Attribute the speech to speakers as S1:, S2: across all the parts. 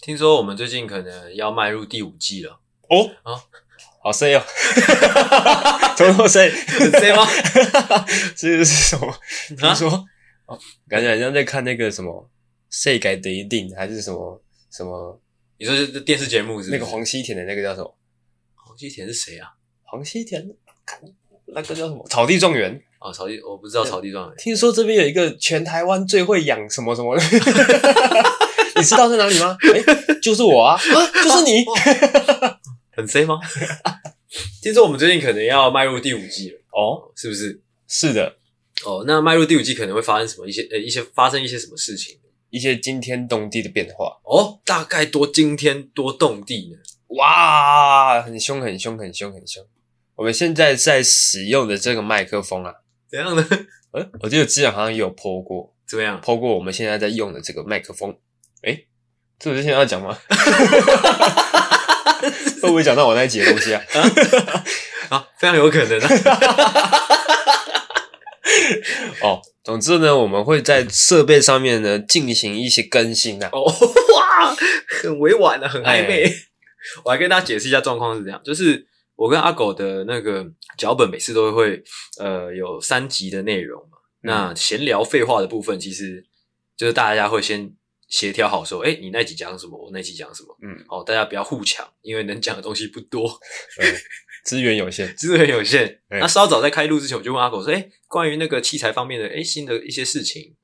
S1: 听说我们最近可能要迈入第五季 了，
S2: 哦
S1: 啊
S2: 好 say 哦， 偷偷 say
S1: 谁吗？
S2: 这是什么？听
S1: 啊，
S2: 说、哦，感觉好像在看那个什么《谁改的一定》还是什么什么
S1: 你说是电视节目是不是
S2: 那个黄西田的那个叫什么？
S1: 黄西田是谁啊？
S2: 黄西田那个叫什么？草地状元。
S1: 哦，草地，我不知道草地状 元，
S2: 听说这边有一个全台湾最会养什么什么的， 你知道在哪里吗？哎、就是我啊，啊就是你。
S1: 很 C 吗？听说我们最近可能要迈入第五季了，
S2: 哦，
S1: 是不是？
S2: 是的，
S1: 哦，那迈入第五季可能会发生什么一些呃一些发生一些什么事情？
S2: 一些惊天动地的变化，
S1: 哦，大概多惊天多动地呢？
S2: 哇，很凶，很凶，很凶，很凶。我们现在在使用的这个麦克风啊，
S1: 怎样呢？
S2: 呃、我记得之前好像有播过，
S1: 怎么样？
S2: 抛过我们现在在用的这个麦克风。诶、这我之前要 讲吗？会不会讲到我那一集的东西啊？
S1: 啊，非常有可能啊。
S2: 哦，总之呢，我们会在设备上面呢进行一些更新啊。
S1: 哦，哇，很委婉啊，很暧昧。我来跟大家解释一下状况是这样，就是我跟阿狗的那个脚本每次都会呃有三集的内容嘛。那闲聊废话的部分，其实就是大家会先协调好说，哎、你那集讲什么，我那集讲什么。
S2: 嗯，
S1: 哦，大家不要互抢，因为能讲的东西不多，
S2: 呃资源有 限，
S1: 资源有限。
S2: 哎
S1: 那稍早在开录之前，我就问阿狗说，哎、关于那个器材方面的，哎、新的一些事情，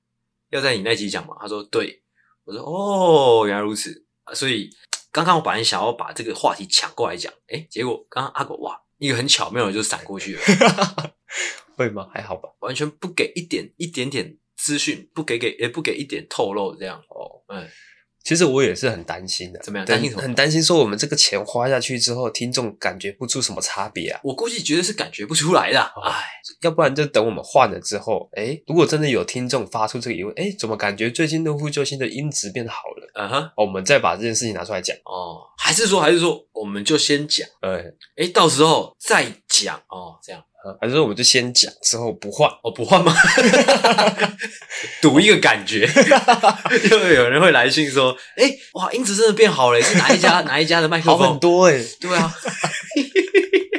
S1: 要在你那集讲吗？他说对。我说哦，原来如此。啊所以刚刚我本来想要把这个话题抢过来讲，哎、结果刚刚阿狗哇，一个很巧妙的就闪过去了，
S2: 会吗？还好吧。
S1: 完全不给一点一点点资讯，不给给也不给一点透露，这样
S2: 哦，
S1: 嗯，
S2: 其实我也是很担心的。
S1: 怎么样
S2: 很
S1: 担心什么
S2: 很担心说我们这个钱花下去之后，听众感觉不出什么差别啊。
S1: 我估计绝对是感觉不出来的啊。哎、
S2: 要不然就等我们换了之后，诶，如果真的有听众发出这个疑问，诶，怎么感觉最近的呼救星的音质变好了？
S1: 嗯哼，
S2: 哦我们再把这件事情拿出来讲。
S1: 哦，还是说还是说，我们就先讲，
S2: 呃，
S1: 哎、到时候再讲哦，这样
S2: 还是说我们就先讲，之后不换？
S1: 哦，不换吗？ 赌一个感觉， 又有人会来信说，哎、哇，音质真的变好了，是哪一家 哪一家的麦克
S2: 好很
S1: 风？
S2: 多哎、
S1: 对 啊，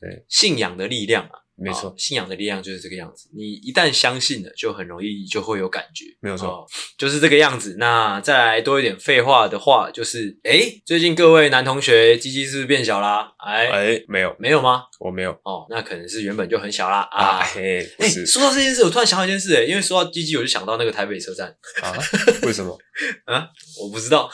S2: 对，
S1: 信仰的力量啊，
S2: 没错
S1: 哦，信仰的力量就是这个样子。你一旦相信了，就很容易就会有感觉，
S2: 没有错
S1: 哦就是这个样子。那再来多一点废话的话，就是哎、诶最近各位男同学鸡鸡是不是变小啦？哎、
S2: 哎、没有，
S1: 没有吗？
S2: 我没有
S1: 哦，那可能是原本就很小啦
S2: 啊，
S1: 啊。
S2: 嘿、不
S1: 哎、
S2: 是、
S1: 说到这件事，我突然想到一件事、哎，因为说到鸡鸡，我就想到那个台北车站，
S2: 啊，为什么？
S1: 我不知道，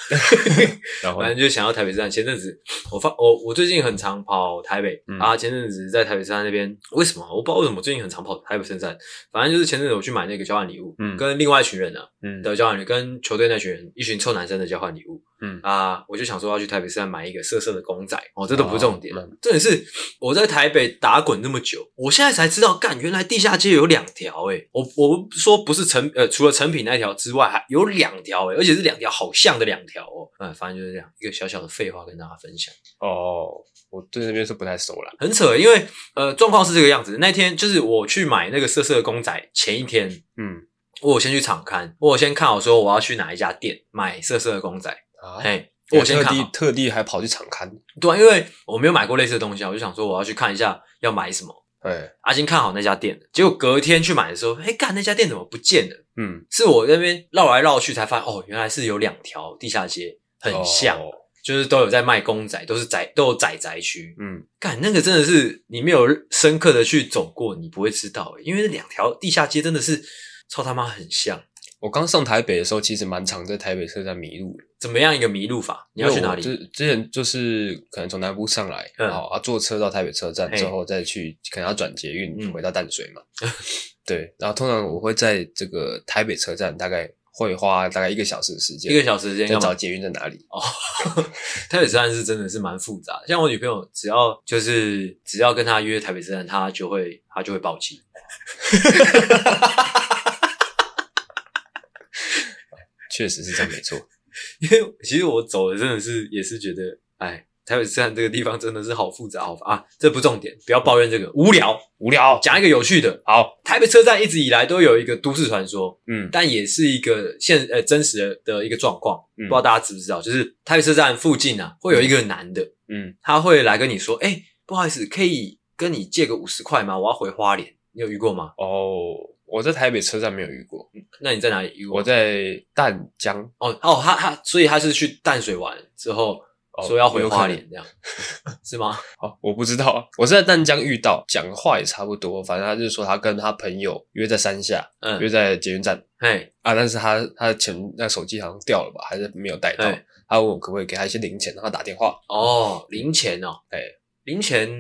S2: 然后
S1: 反正就想到台北车站。前阵子我发我我最近很常跑台北、
S2: 嗯
S1: 啊，前阵子在台北车站那边，为什么我不知道为什么我最近很常跑台北车站，反正就是前阵子我去买那个交换礼物，
S2: 嗯
S1: 跟另外一群人啊
S2: 嗯
S1: 的交换礼物，跟球队那群人一群臭男生的交换礼物
S2: 嗯
S1: 啊，我就想说要去台北车站买一个色色的公仔哦， 这都不是重点，
S2: 哦
S1: 重点是我在台北打滚那么久，我现在才知道，干原来地下街有两条诶，我我说不是成呃，除了成品那条之外，还有两条欸诶，而且是两条好像的两条哦。嗯，反正就是这样一个小小的废话跟大家分享，
S2: 哦，我对那边是不太熟啦。
S1: 很扯，因为呃状况是这个样子。那天就是我去买那个色色的公仔前一天，
S2: 嗯
S1: 我有先去场刊，我有先看好说我要去哪一家店买色色的公仔，
S2: 啊，
S1: 哎、
S2: 我
S1: 我先
S2: 特
S1: 看
S2: 地
S1: 好，
S2: 特地还跑去场刊，
S1: 对啊、因为我没有买过类似的东西啊，我就想说我要去看一下要买什么。
S2: 哎、
S1: 阿金看好那家店，结果隔天去买的时候，哎、干那家店怎么不见了？
S2: 嗯，
S1: 是我那边绕来绕去才发现，哦，原来是有两条地下街很像，
S2: 哦
S1: 就是都有在卖公仔，都是宅都有宅宅区。
S2: 嗯，
S1: 干那个真的是你没有深刻的去走过，你不会知道、欸因为那两条地下街真的是超他妈很像。
S2: 我刚上台北的时候，其实蛮常在台北车站迷路的。
S1: 怎么样一个迷路法？你要去哪
S2: 因为
S1: 里？
S2: 我之之前就是可能从南部上来，
S1: 嗯
S2: 然后啊坐车到台北车站
S1: 嘿
S2: 之后，再去可能要转捷运
S1: 嗯
S2: 回到淡水 嘛。对，然后通常我会在这个台北车站大概会花大概一个小时的时间，
S1: 一个小时的时
S2: 在
S1: 间干
S2: 找
S1: 嘛？哦
S2: 捷运在哪里。
S1: 台北车站是真的是蛮复杂的，像我女朋友只要就是只要跟她约台北车站，她就会她就会暴气。
S2: 确实是这样，没错。
S1: 因为其实我走的真的是也是觉得，哎，台北车站这个地方真的是好复杂，好烦啊！这不重点，不要抱怨这个无聊，
S2: 无聊。
S1: 讲一个有趣的。
S2: 好，
S1: 台北车站一直以来都有一个都市传说，
S2: 嗯
S1: 但也是一个现呃真实的一个状况，
S2: 嗯
S1: 不知道大家知不知道，就是台北车站附近啊，会有一个男的，
S2: 嗯，
S1: 他会来跟你说，哎、不好意思，可以跟你借个五十块吗？我要回花莲，你有遇过吗？
S2: 哦，我在台北车站没有遇过，
S1: 那你在哪里遇过
S2: 我？在淡江，
S1: 哦哦，他他，所以他是去淡水玩之后
S2: 哦
S1: 说要回
S2: 有可
S1: 花
S2: 能
S1: 莲 这样，是吗？
S2: 哦，我不知道 啊，我是在淡江遇到，讲话也差不多，反正他就是说他跟他朋友约在山下，约
S1: 嗯，
S2: 在捷运站
S1: 嘿，
S2: 啊，但是他他的钱那手机好像掉了吧，还是没有带到
S1: 对，
S2: 他问我可不可以给他一些零钱，让他打电话
S1: 哦，零钱哦，
S2: 哎，
S1: 零钱，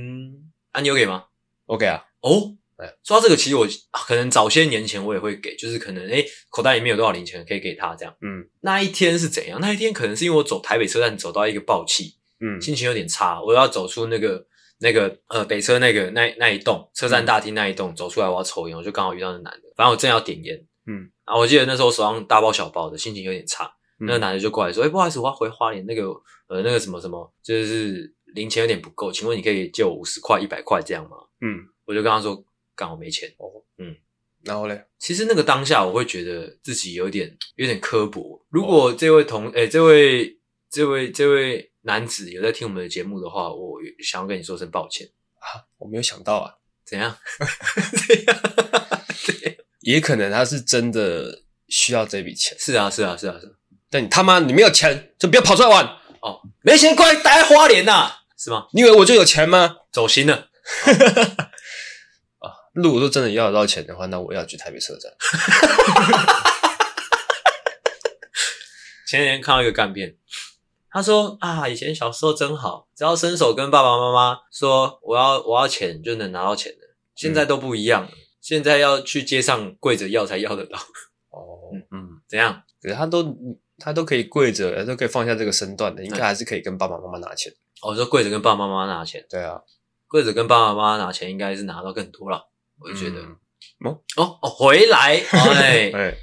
S1: 啊，你有给吗？
S2: ，OK 啊，
S1: 哦
S2: 哎，
S1: 说到这个，其实我啊可能早些年前我也会给，就是可能诶、口袋里面有多少零钱可以给他这样。
S2: 嗯
S1: 那一天是怎样？那一天可能是因为我走台北车站走到一个爆气，
S2: 嗯
S1: 心情有点差，我要走出那个那个呃北车那个那那一栋车站大厅那一栋，走出来我要抽烟，我就刚好遇到那男的，反正我正要点烟，
S2: 嗯，
S1: 啊，我记得那时候我手上大包小包的，心情有点差，
S2: 嗯
S1: 那个男的就过来说，哎、不好意思，我要回花莲，那个呃那个什么什么，就是零钱有点不够，请问你可以借我五十块、一百块这样吗？
S2: 嗯，哦
S1: 我就跟他说，刚我没钱。
S2: 然后嘞，
S1: 其实那个当下，我会觉得自己有点有点刻薄。
S2: 哦
S1: 如果这位同诶、这位这位这位男子有在听我们的节目的话，我想要跟你说声抱歉。
S2: 啊，我没有想到啊，
S1: 怎样？怎样？
S2: 也可能他是真的需要这笔钱，
S1: 是啊，是啊，是啊，是啊。
S2: 但你他妈你没有钱就不要跑出来玩，
S1: 哦，没钱快待花莲呐、是吗？
S2: 你以为我就有钱吗？
S1: 走心了。
S2: 如果说真的要得到钱的话，那我要去台北车站。
S1: 前几天看到一个干片，他说啊，以前小时候真好，只要伸手跟爸爸妈妈说我要我要钱就能拿到钱了。现在都不一样了，现在要去街上跪着要才要得到。
S2: 哦
S1: 嗯
S2: 嗯，
S1: 怎样？
S2: 可是他都他都可以跪着，都可以放下这个身段的，应该还是可以跟爸爸妈妈拿钱。
S1: 哦我说跪着跟爸爸妈妈拿钱，
S2: 对啊，
S1: 跪着跟爸爸妈妈拿钱应该是拿到更多了，我
S2: 我
S1: 觉得。哦哦，回来，哎
S2: 嗯哎，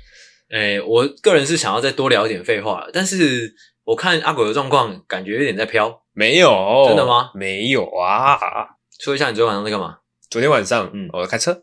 S1: 哎，我个人是想要再多聊一点废话，但是我看阿狗的状况，感觉有点在飘。
S2: 没有，
S1: 真的吗？嗯
S2: 没有啊，
S1: 说一下你昨天晚上在干嘛？
S2: 昨天晚上
S1: 嗯
S2: 我开车，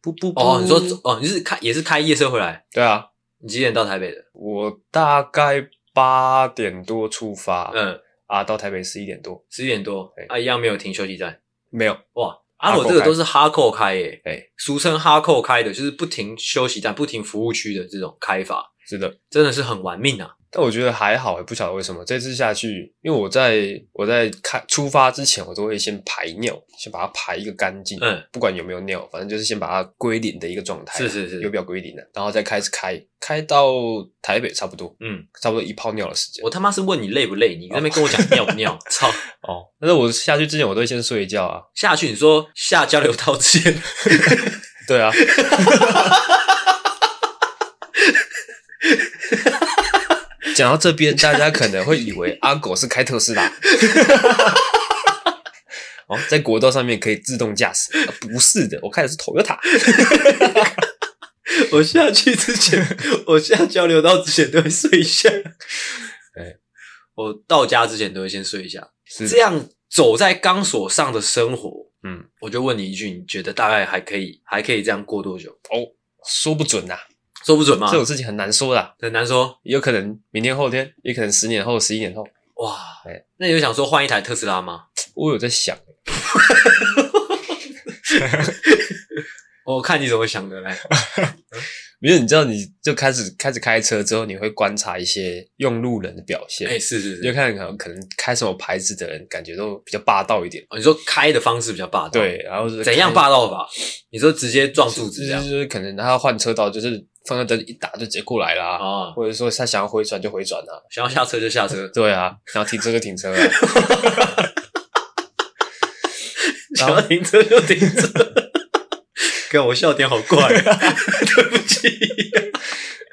S2: 不不不，
S1: 哦，你说
S2: 嗯
S1: 哦，你是开也是开夜车回来？
S2: 对啊，
S1: 你几点到台北的？
S2: 我大概八点多出发
S1: 嗯，
S2: 啊，到台北十一点多，
S1: 十一点多
S2: 对，
S1: 啊，一样没有停休息站。
S2: 没有，
S1: 哇，阿
S2: 哈扣
S1: 狗
S2: 开
S1: 这个都是哈扣开耶，
S2: 哎，
S1: 俗称哈扣开的，就是不停休息站、不停服务区的这种开法，
S2: 是的。
S1: 真的是很玩命啊。
S2: 但我觉得还好，也不晓得为什么这次下去，因为我在我在开出发之前，我都会先排尿，先把它排一个干净，
S1: 嗯，
S2: 不管有没有尿，反正就是先把它归零的一个状态，
S1: 是是是
S2: 有表归零的，然后再开始开，开到台北差不多，
S1: 嗯，
S2: 差不多一泡尿的时间
S1: 我。他妈是问你累不累，你在那边跟我讲尿不尿？ 操！
S2: 哦，但是我下去之前我都会先睡一觉啊，
S1: 下去你说下交流道之前，
S2: 对啊，讲到这边，大家可能会以为阿狗是开特斯拉。哦，在国道上面可以自动驾驶、啊不是的，我开的是 Toyota。
S1: 我下去之前， 我下交流道之前都会睡一下。
S2: 哎，
S1: 我到家之前都会先睡一下，
S2: 是
S1: 这样走在钢索上的生活，
S2: 嗯，
S1: 我就问你一句，你觉得大概还可以，还可以这样过多久？
S2: 哦，说不准呐、啊
S1: 说不准嘛
S2: 这，种事情很难说啦，
S1: 很难说。
S2: 有可能明天、后天，也可能十年后、十一年后。
S1: 哇
S2: 哎，
S1: 那你有想说换一台特斯拉吗？
S2: 我有在想，
S1: 我
S2: 哦
S1: 看你怎么想的嘞。
S2: 因为你知道，你就开始开始开车之后，你会观察一些用路人的表现。
S1: 哎，是是，
S2: 你就是看可能可能开什么牌子的人，感觉都比较霸道一点。
S1: 哦你说开的方式比较霸道，
S2: 对，，然后是
S1: 哦怎样
S2: 开
S1: 霸道法？你说直接撞柱
S2: 就
S1: 子
S2: 是
S1: 这样
S2: 就是可能他换车道，就是方向灯一打就直接过来啦、
S1: 啊？
S2: 或者说他想要回转就回转啊，
S1: 想要下车就下车，
S2: 对啊，想要停车就停车啊，
S1: 想要停车就停车。看我笑点好 怪啊，对不起。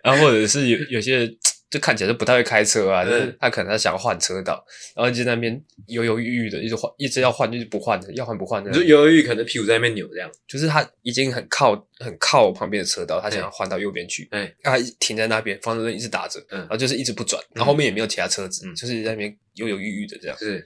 S2: 然后或者是有有些人就看起来就不太会开车啊，
S1: 嗯
S2: 就是他可能他想要换车道，然后就在那边犹犹豫豫的，一直换，一直要换就是不换的，要换不换的
S1: 你，说犹豫，可能屁股在那边扭这样，
S2: 就是他已经很靠很靠旁边的车道，他想要换到右边去，
S1: 哎，
S2: 他一直停在那边，方向灯一直打着，
S1: 嗯
S2: 然后就是一直不转，然后后面也没有其他车子，
S1: 嗯
S2: 就是在那边犹犹豫豫的这样。
S1: 是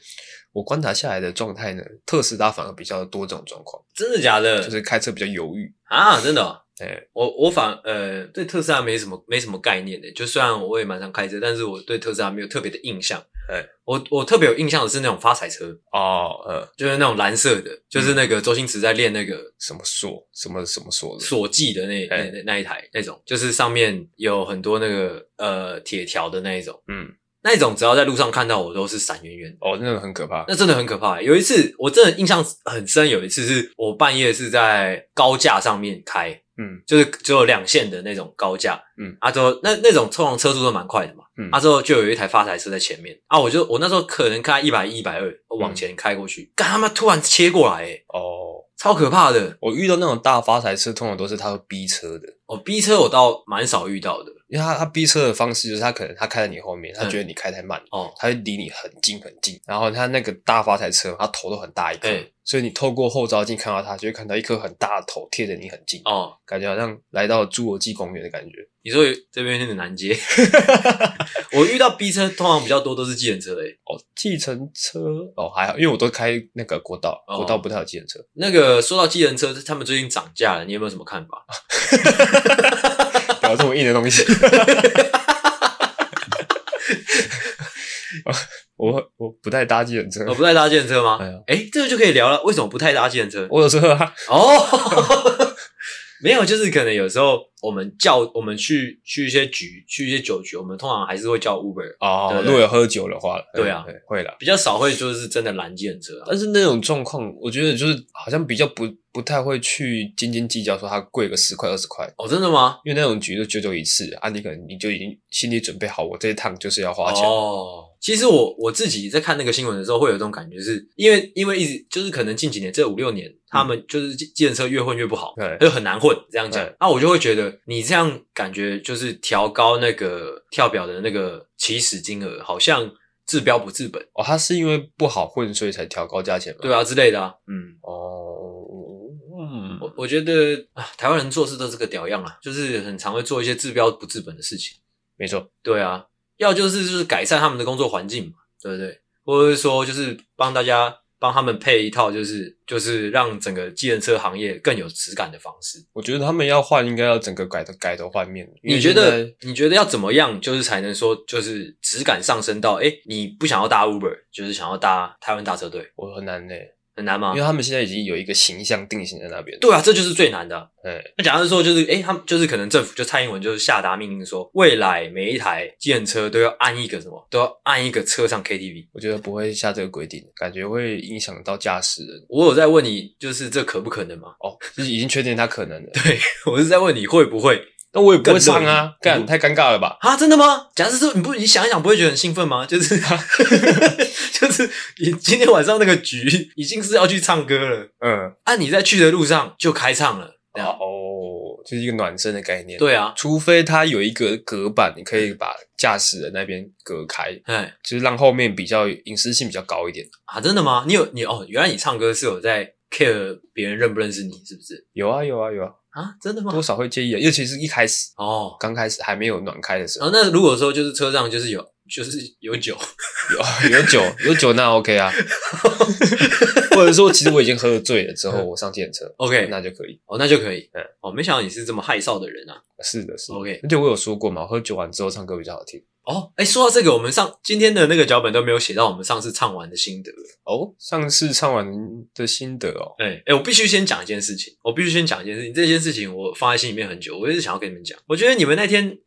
S2: 我观察下来的状态呢，特斯拉反而比较多这种状况，
S1: 真的假的？
S2: 就是开车比较犹豫。
S1: 啊，真的哦、
S2: 哎、
S1: 我我反呃对特斯拉没什么没什么概念的，就虽然我也蛮常开车，但是我对特斯拉没有特别的印象。
S2: 哎
S1: 我我特别有印象的是那种发财车，
S2: 哦，呃，
S1: 就是那种蓝色的，就是那个
S2: 嗯
S1: 周星驰在练那个
S2: 什么锁，什么什么锁的，
S1: 锁技的那、
S2: 哎
S1: 那那那一台那种，就是上面有很多那个呃铁条的那一种，
S2: 嗯，
S1: 那一种只要在路上看到我都是闪远远的。
S2: 哦，那个很可怕。
S1: 那真的很可怕。有一次我真的印象很深，有一次是我半夜是在高架上面开，
S2: 嗯
S1: 就是只有两线的那种高架，
S2: 嗯，
S1: 啊之后那那种通常车速都蛮快的嘛，
S2: 嗯
S1: 啊之后就有一台发财车在前面，啊我就我那时候可能开一百一百二
S2: 嗯
S1: 往前开过去，干、他妈突然切过来、欸，
S2: 哦，
S1: 超可怕的。
S2: 我遇到那种大发财车，通常都是他会逼车的，
S1: 哦，逼车我倒蛮少遇到的，
S2: 因为他他逼车的方式就是他可能他开在你后面，
S1: 嗯
S2: 他觉得你开太慢，
S1: 哦，
S2: 他会离你很近很近，然后他那个大发财车，他头都很大一颗，
S1: 哎
S2: 所以你透过后照镜看到他，就会看到一颗很大的头贴着你很近，
S1: 哦，
S2: 感觉好像来到了侏罗纪公园的感觉。
S1: 你说这边有点难接， 我遇到逼车通常比较多都是计程车诶、欸
S2: 哦，计程车哦还好，因为我都开那个国道，
S1: 哦
S2: 国道不太有计程车。
S1: 那个说到计程车，他们最近涨价了，你有没有什么看 法？
S2: 不要这么硬的东西。 哦我我不太搭计程车
S1: 呃我，不太搭计程车吗
S2: 哎呀？
S1: 哎、这个就可以聊了。为什么不太搭计程车？
S2: 我有车啊。
S1: 哦， 没有，就是可能有时候我们叫我们去去一些局，去一些酒局，我们通常还是会叫 Uber，对
S2: 哦，
S1: 对
S2: 如果有喝酒的话，
S1: 对啊
S2: 嗯，会啦。
S1: 比较少会就是真的拦计程车啊、
S2: 但是那种状况，我觉得就是好像比较不不太会去斤斤计较，说它贵个十块二十块，
S1: 哦，真的吗？
S2: 因为那种局就久久一次啊，你可能你就已经心里准备好，我这一趟就是要花钱。
S1: 哦，其实我我自己在看那个新闻的时候，会有一种感觉是，因为因为一直就是可能近几年这五六年，他们就是计计程车越混越不好，
S2: 嗯对
S1: 就很难混。这样讲
S2: 对，
S1: 那、我就会觉得你这样感觉就是调高那个跳表的那个起始金额，好像治标不治本，
S2: 哦，他是因为不好混，所以才调高价钱吗？
S1: 对啊之类的啊。嗯，
S2: 哦，嗯，
S1: 我我觉得啊，台湾人做事都是个屌样啊，就是很常会做一些治标不治本的事情。
S2: 没错，
S1: 对啊，要就是就是改善他们的工作环境嘛，对不对？或者是说就是帮大家帮他们配一套，就是就是让整个计程车行业更有质感的方式。
S2: 我觉得他们要换，应该要整个改头改头换面。因
S1: 你
S2: 为
S1: 觉
S2: 现在
S1: 得你觉得要怎么样，就是才能说就是质感上升到，哎，你不想要搭 Uber，就是想要搭台湾大车队，
S2: 我很难呢、
S1: 很难吗
S2: 因为？他们现在已经有一个形象定型在那边。，
S1: 对啊，这就是最难的啊。
S2: 哎，
S1: 那假如说就是，哎，他们就是可能政府就蔡英文就是下达命令说，未来每一台计程车都要按一个什么，都要按一个车上 KTV。
S2: 我觉得不会下这个规定，感觉会影响到驾驶人。
S1: 我有在问你，就是这可不可能吗？
S2: 哦，就是已经确定他可能了。
S1: 我是在问你会不会
S2: 那我也不会上啊，
S1: 更乐意
S2: 干太尴尬了吧？
S1: 啊？真的吗？假设说你不，你想一想，不会觉得很兴奋吗？就是 就是你今天晚上那个局已经是要去唱歌了，
S2: 嗯，
S1: 啊，你在去的路上就开唱了，这样
S2: 哦，就是一个暖身的概念。，
S1: 对啊，
S2: 除非它有一个隔板，你可以把驾驶人那边隔开，
S1: 哎
S2: 就是让后面比较隐私性比较高一点。
S1: 啊，真的吗？你有你哦，原来你唱歌是有在 care 别人认不认识你，是不是
S2: 有啊，有啊，有啊，
S1: 啊？真的吗
S2: 多？少会介意啊，尤其是一开始
S1: 哦，
S2: 刚开始还没有暖开的时
S1: 然后
S2: 候，
S1: 那如果说就是车上就是有就是有酒，
S2: 有有酒有酒那 OK 啊，或者说其实我已经喝醉了之后，我上计程车
S1: OK
S2: 那就可以。
S1: 哦，那就可以
S2: 嗯。
S1: 哦，没想到你是这么害臊的人啊。
S2: 是的，是的
S1: OK
S2: 而且我有说过嘛，我喝酒完之后唱歌比较好听。
S1: 哦，哎，说到这个，我们上今天的那个脚本都没有写到我们上次唱完的心得。
S2: 哦，上次唱完的心得哦，
S1: 哎、哎，我必须先讲一件事情，我必须先讲一件事情。这件事情我放在心里面很久，我一直想要跟你们讲。我觉得你们那天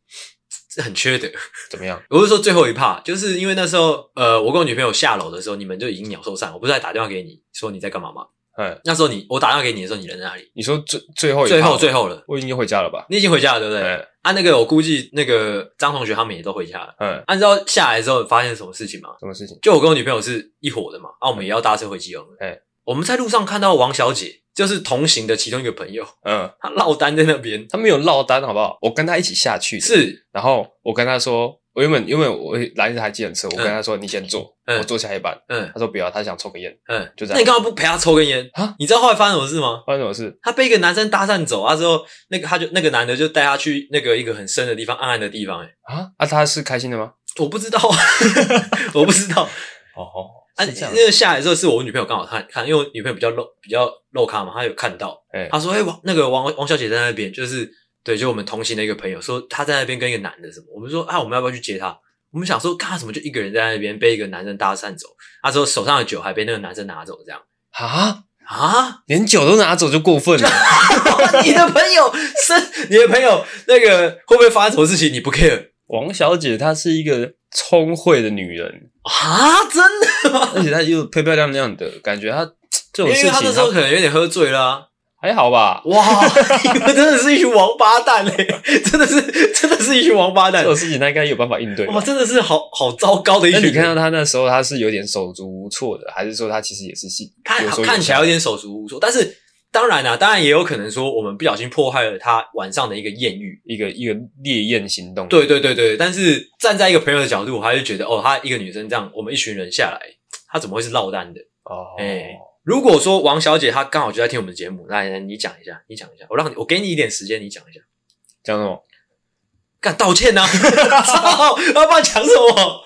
S1: 很缺德，
S2: 怎么样？
S1: 我是说最后一趴，就是因为那时候，呃，我跟我女朋友下楼的时候，你们就已经鸟兽散。我不是还打电话给你说你在干嘛吗？
S2: 哎，
S1: 那时候你我打电话给你的时候，你人在哪里？
S2: 你说最最后一
S1: 最
S2: 趴
S1: 后
S2: 吗
S1: 最后了，
S2: 我已经回家了吧？
S1: 你已经回家了，对不对？
S2: 哎
S1: 啊，那个我估计那个张同学他们也都回家了。啊
S2: 嗯，
S1: 按照下来之后发现什么事情吗？
S2: 什么事情？
S1: 就我跟我女朋友是一伙的嘛，啊，我们也要搭车回基隆。
S2: 哎
S1: 我们在路上看到王小姐，就是同行的其中一个朋友，
S2: 嗯，
S1: 她落单在那边，
S2: 他没有落单好不好？我跟他一起下去，，
S1: 是
S2: 然后我跟他说，我原本因为我来一台计程车，我跟他说你先坐，
S1: 嗯
S2: 我坐下一班。
S1: 嗯
S2: 他说不要，他想抽个烟。
S1: 嗯，
S2: 就这样
S1: 那你干嘛不陪她抽根烟
S2: 啊？
S1: 你知道后来发生什么事吗？
S2: 发生什么事？
S1: 她被一个男生搭讪走啊之后，那个她就那个男的就带她去那个一个很深的地方，暗暗的地方、欸。
S2: 啊啊！他是开心的吗？
S1: 我不知道，我不知道。
S2: 哦，
S1: 啊，
S2: 是这样，
S1: 那个下来之后是我女朋友刚好看看，因为我女朋友比较露比较露咖嘛，她有看到，
S2: 哎
S1: 她说：“哎、王那个王王小姐在那边，就是对，就我们同行的一个朋友说她在那边跟一个男的什么，我们说啊，我们要不要去接她？我们想说，干她怎么就一个人在那边被一个男生搭讪走？她之后手上的酒还被那个男生拿走，这样
S2: 啊，
S1: 啊？
S2: 连酒都拿走就过分了，
S1: 你的朋友是你的朋友，那个会不会发生什么事情？你不 care
S2: 王小姐她是一个聪慧的女 人，
S1: 啊？真的？
S2: 而且她又漂漂亮亮的，感觉她这
S1: 因
S2: 种
S1: 为
S2: 事
S1: 她那
S2: 情
S1: 时候嗯
S2: 她
S1: 可能有点喝醉了啊、
S2: 还好吧？
S1: 哇， 你们真的是一群王八蛋嘞、 真的是，真的是一群王八
S2: 这
S1: 蛋
S2: 种。事情她应该有办法应对吧。
S1: 哇，真的是好好糟糕的一
S2: 那
S1: 群
S2: 你
S1: 人。
S2: 看到她那时候，她是有点手足无措的，还是说她其实也是信？
S1: 看
S2: 有时候
S1: 看起来有点手足无措，但是当然啦、啊当然也有可能说我们不小心破坏了他晚上的一个艳遇。
S2: 一个一个烈焰行动。
S1: 对对对对，但是站在一个朋友的角度，我还是觉得哦，她一个女生这样，我们一群人下来，她怎么会是落单的？
S2: 哦，
S1: 哎如果说王小姐她刚好就在听我们的节目，来来，你讲一下，你讲一下，我让你，我给你一点时间，你讲一下。
S2: 讲什么？
S1: 干道歉 呐、啊！操，要不然讲什么？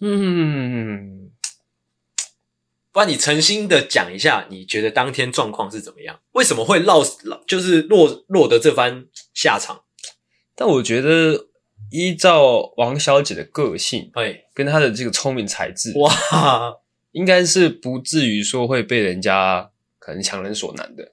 S2: 嗯，
S1: 不然你诚心的讲一下，你觉得当天状况是怎么样？为什么会落就是落落得这番下场？
S2: 但我觉得依照王小姐的个性
S1: 哎，
S2: 跟她的这个聪明才智，
S1: 哇，
S2: 应该是不至于说会被人家可能强人所难的。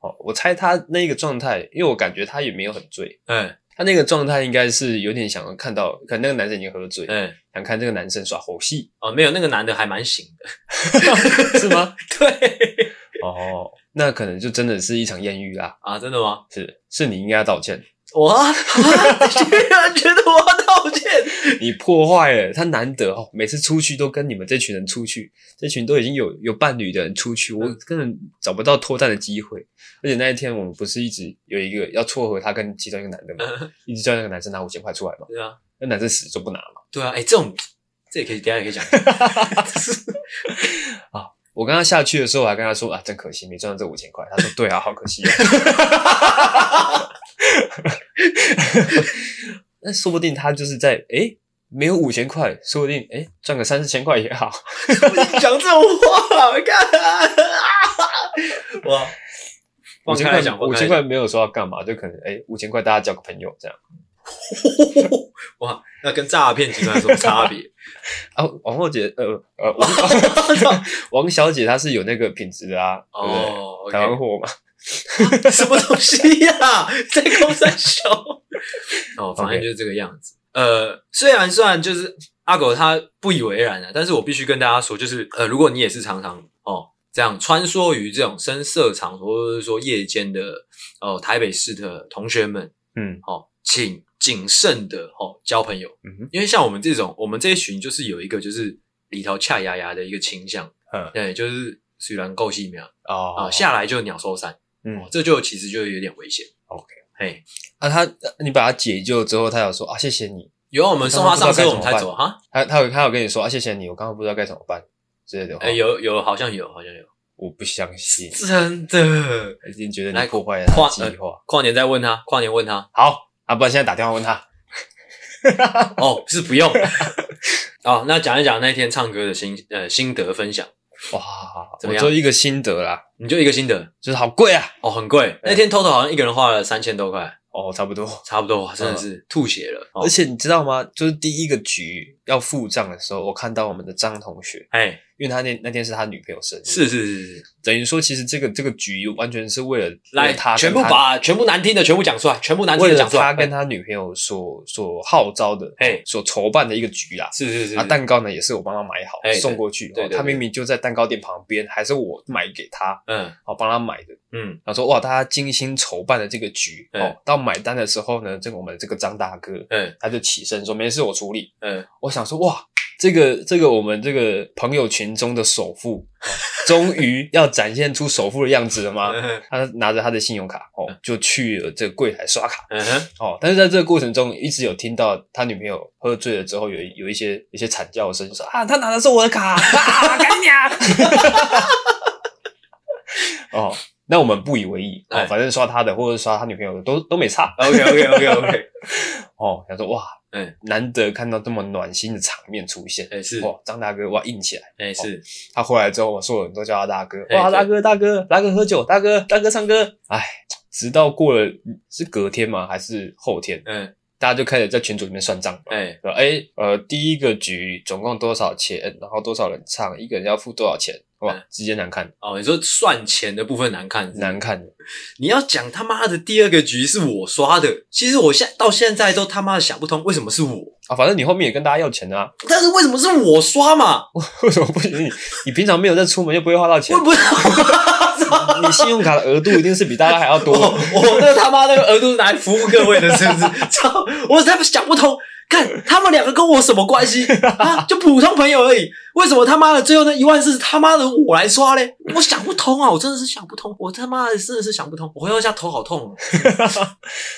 S2: 哦，我猜她那个状态，因为我感觉她也没有很醉，
S1: 哎
S2: 她那个状态应该是有点想要看到，可能那个男生已经喝醉，
S1: 哎，
S2: 想看这个男生耍猴 戏，
S1: 哦，没有，那个男的还蛮醒的。
S2: 是吗？
S1: 对
S2: 哦，那可能就真的是一场艳遇啦。
S1: 啊，真的吗？
S2: 是，是你应该道歉，
S1: 我啊，你居然觉得我要道歉？
S2: 你破坏了他难得哦，每次出去都跟你们这群人出去，这群都已经有有伴侣的人出去，我根本找不到脱单的机会。而且那一天我们不是一直有一个要撮合他跟其中一个男的
S1: 嗯
S2: 嘛，一直叫那个男生拿五千块出来嘛，
S1: 对啊，
S2: 那男生死都不拿嘛。
S1: 对啊，哎，这种这也可以，等一下也可以讲。
S2: 我跟他下去的时候，我还跟他说啊，真可惜没赚到这五千块。他说对啊，好可惜、啊。 那说不定他就是在诶、没有五千块，说不定诶、赚个三四千块也好。
S1: 讲这种话，干啊！哇，
S2: 五
S1: 放
S2: 千
S1: 开
S2: 块
S1: 来讲，
S2: 五
S1: 放开来讲
S2: 千块没有说要干嘛，就可能哎，五千块大家交个朋友这样。
S1: 哇，那跟诈骗集团有什么差 别？
S2: 啊，王后姐，呃呃， 王王小姐她是有那个品质的啊，对不对
S1: 哦，OK
S2: 台湾货嘛，
S1: 什么东西呀、在公山小 哦，反正
S2: OK
S1: 就是这个样子。呃，虽然虽然就是阿狗他不以为然啊，但是我必须跟大家说，就是呃，如果你也是常常哦这样穿梭于这种深色场所，或者是说夜间的哦台北市的同学们
S2: 嗯
S1: 哦，请谨慎的哦交朋友，
S2: 嗯哼
S1: 因为像我们这种，我们这一群就是有一个就是里头恰牙牙的一个倾向，
S2: 嗯
S1: 对，就是虽然够细苗
S2: 哦
S1: 啊，下来就鸟兽散。
S2: 嗯
S1: 哦，这就其实就有点危险。
S2: OK
S1: 嘿，
S2: 啊，她你把她解救之后，她有说啊谢谢你，
S1: 有啊我们送他上车，我们才走哈。
S2: 她她有她有跟你说啊谢谢你，我刚刚不知道该怎么办之类的话
S1: 哎，，有有，好像有，好像有，
S2: 我不相信，
S1: 真的。
S2: 已经觉得
S1: 来
S2: 你破坏了她
S1: 跨
S2: 的计划。
S1: 跨年再问他，跨年问他。
S2: 好啊，不然现在打电话问她。
S1: 哦，是不用。 哦，那讲一讲那天唱歌的心呃心得分享，
S2: 哇，
S1: 怎么
S2: 我
S1: 样
S2: 就一个心得啦，
S1: 你就一个心得
S2: 就是好贵啊。
S1: 哦，很贵。那天 total 好像一个人花了三千多块，
S2: 哦，差不多。
S1: 差不多，哇真的是吐血了。哦
S2: 嗯而且你知道吗？就是第一个局要付账的时候，我看到我们的张同学，
S1: 哎，
S2: 因为他那那天是他女朋友生日，
S1: 是是是是，
S2: 等于说其实这个这个局完全是为了为
S1: 来
S2: 了他
S1: 全部
S2: 跟他
S1: 把全部难听的全部讲出来，全部难听
S2: 为
S1: 的
S2: 了
S1: 讲出
S2: 他
S1: 来。
S2: 跟他女朋友所所号召的，
S1: 哎
S2: 所筹办的一个局啦。
S1: 是是是
S2: 啊，，蛋糕呢也是我帮他买好
S1: 哎对
S2: 送过去，
S1: 对
S2: 哦
S1: 对
S2: 他
S1: 对
S2: 明明就在蛋糕店旁边，还是我买给他，
S1: 嗯
S2: 哦，帮他买的。
S1: 嗯，
S2: 然后说哇，大家精心筹办的这个局，
S1: 哎
S2: 哦，到买单的时候呢，这个我们这个张大哥
S1: 嗯
S2: 他就起身说没事，我处理。
S1: 嗯，
S2: 我想说，哇，这个这个我们这个朋友群中的首富，哦终于要展现出首富的样子 了吗？
S1: 嗯
S2: 他拿着他的信用卡哦，就去了这个柜台刷卡
S1: 嗯哼，
S2: 哦。但是在这个过程中，一直有听到他女朋友喝醉了之后有有一些有一些惨叫声，就说啊，他拿的是我的 卡，啊，干你娘！ 哦，那我们不以为意哦
S1: 哎，
S2: 反正刷他的或者刷他女朋友的都都没差
S1: OK OK OK OK，
S2: 哦。想说哇，
S1: 哎
S2: 难得看到这么暖心的场面出现。
S1: 哎是
S2: 哇，张大哥哇硬起来！
S1: 哎是
S2: 他回来之后，我所有人都叫他大哥。
S1: 哎
S2: 哇，
S1: 对
S2: 大哥大哥，大哥喝酒，大哥大哥唱歌。哎，直到过了是隔天吗？还是后天？
S1: 嗯
S2: 大家就开始在群组里面算账嘛。
S1: 哎
S2: 说哎，呃，第一个局总共多少钱，然后多少人唱，一个人要付多少钱？哇
S1: 嗯，
S2: 直接难看，
S1: 哦，你说算钱的部分难看是不是
S2: 难看。
S1: 你要讲他妈的第二个局是我刷的，其实我现到现在都他妈的想不通为什么是我，
S2: 啊，反正你后面也跟大家要钱啊，
S1: 但是为什么是我刷嘛？
S2: 为什么不行？你你平常没有在出门，又不会 花到钱
S1: 我，不是
S2: 你信用卡的额度一定是比大家还要
S1: 我
S2: 多。
S1: 我那他妈那个额度是拿来服务各位的，是不是？ 操！我才不想不通，看他们两个跟我什么关系啊？就普通朋友而已，为什么他妈的最后那一万是他妈的我来刷嘞？我想不通啊！我真的是想不通，我他妈的真的是想不通，我回到家头好痛、哦。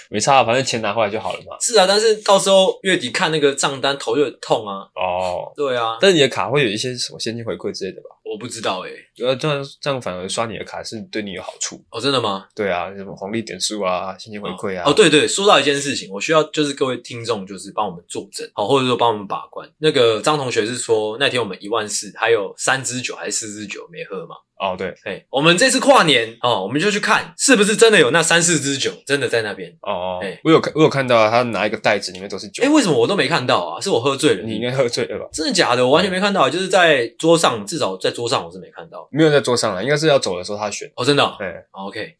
S2: 没差啊，反正钱拿回来就好了嘛。
S1: 是啊，但是到时候月底看那个账单头就很痛啊。
S2: 哦，
S1: 对啊，
S2: 但是你的卡会有一些什么现金回馈之类的吧？
S1: 我不知道诶、欸
S2: 呃，这样这样反而刷你的卡是对你有好处。
S1: 哦，真的吗？
S2: 对啊，什么红利点数啊，现金回馈啊。
S1: 哦，对对，说到一件事情，我需要就是各位听众就是帮我们作证，哦好，或者说帮我们把关。那个张同学是说那天我们一万四，还有三支酒还是四支酒没喝嘛？
S2: 哦对
S1: 哎，我们这次跨年哦，我们就去看是不是真的有那三四支酒真的在那边。
S2: 哦哦
S1: 哎，
S2: 我有看我有看到啊他拿一个袋子，里面都是酒
S1: 哎，。为什么我都没看到啊？是我喝醉了？
S2: 你应该喝醉了吧？
S1: 真的假的？我完全没看到，就是在桌上，至少在桌上我是没看到。
S2: 没有在桌上了，应该是要走的时候他选。
S1: 哦，真的、哦
S2: 对，
S1: 哦、，OK。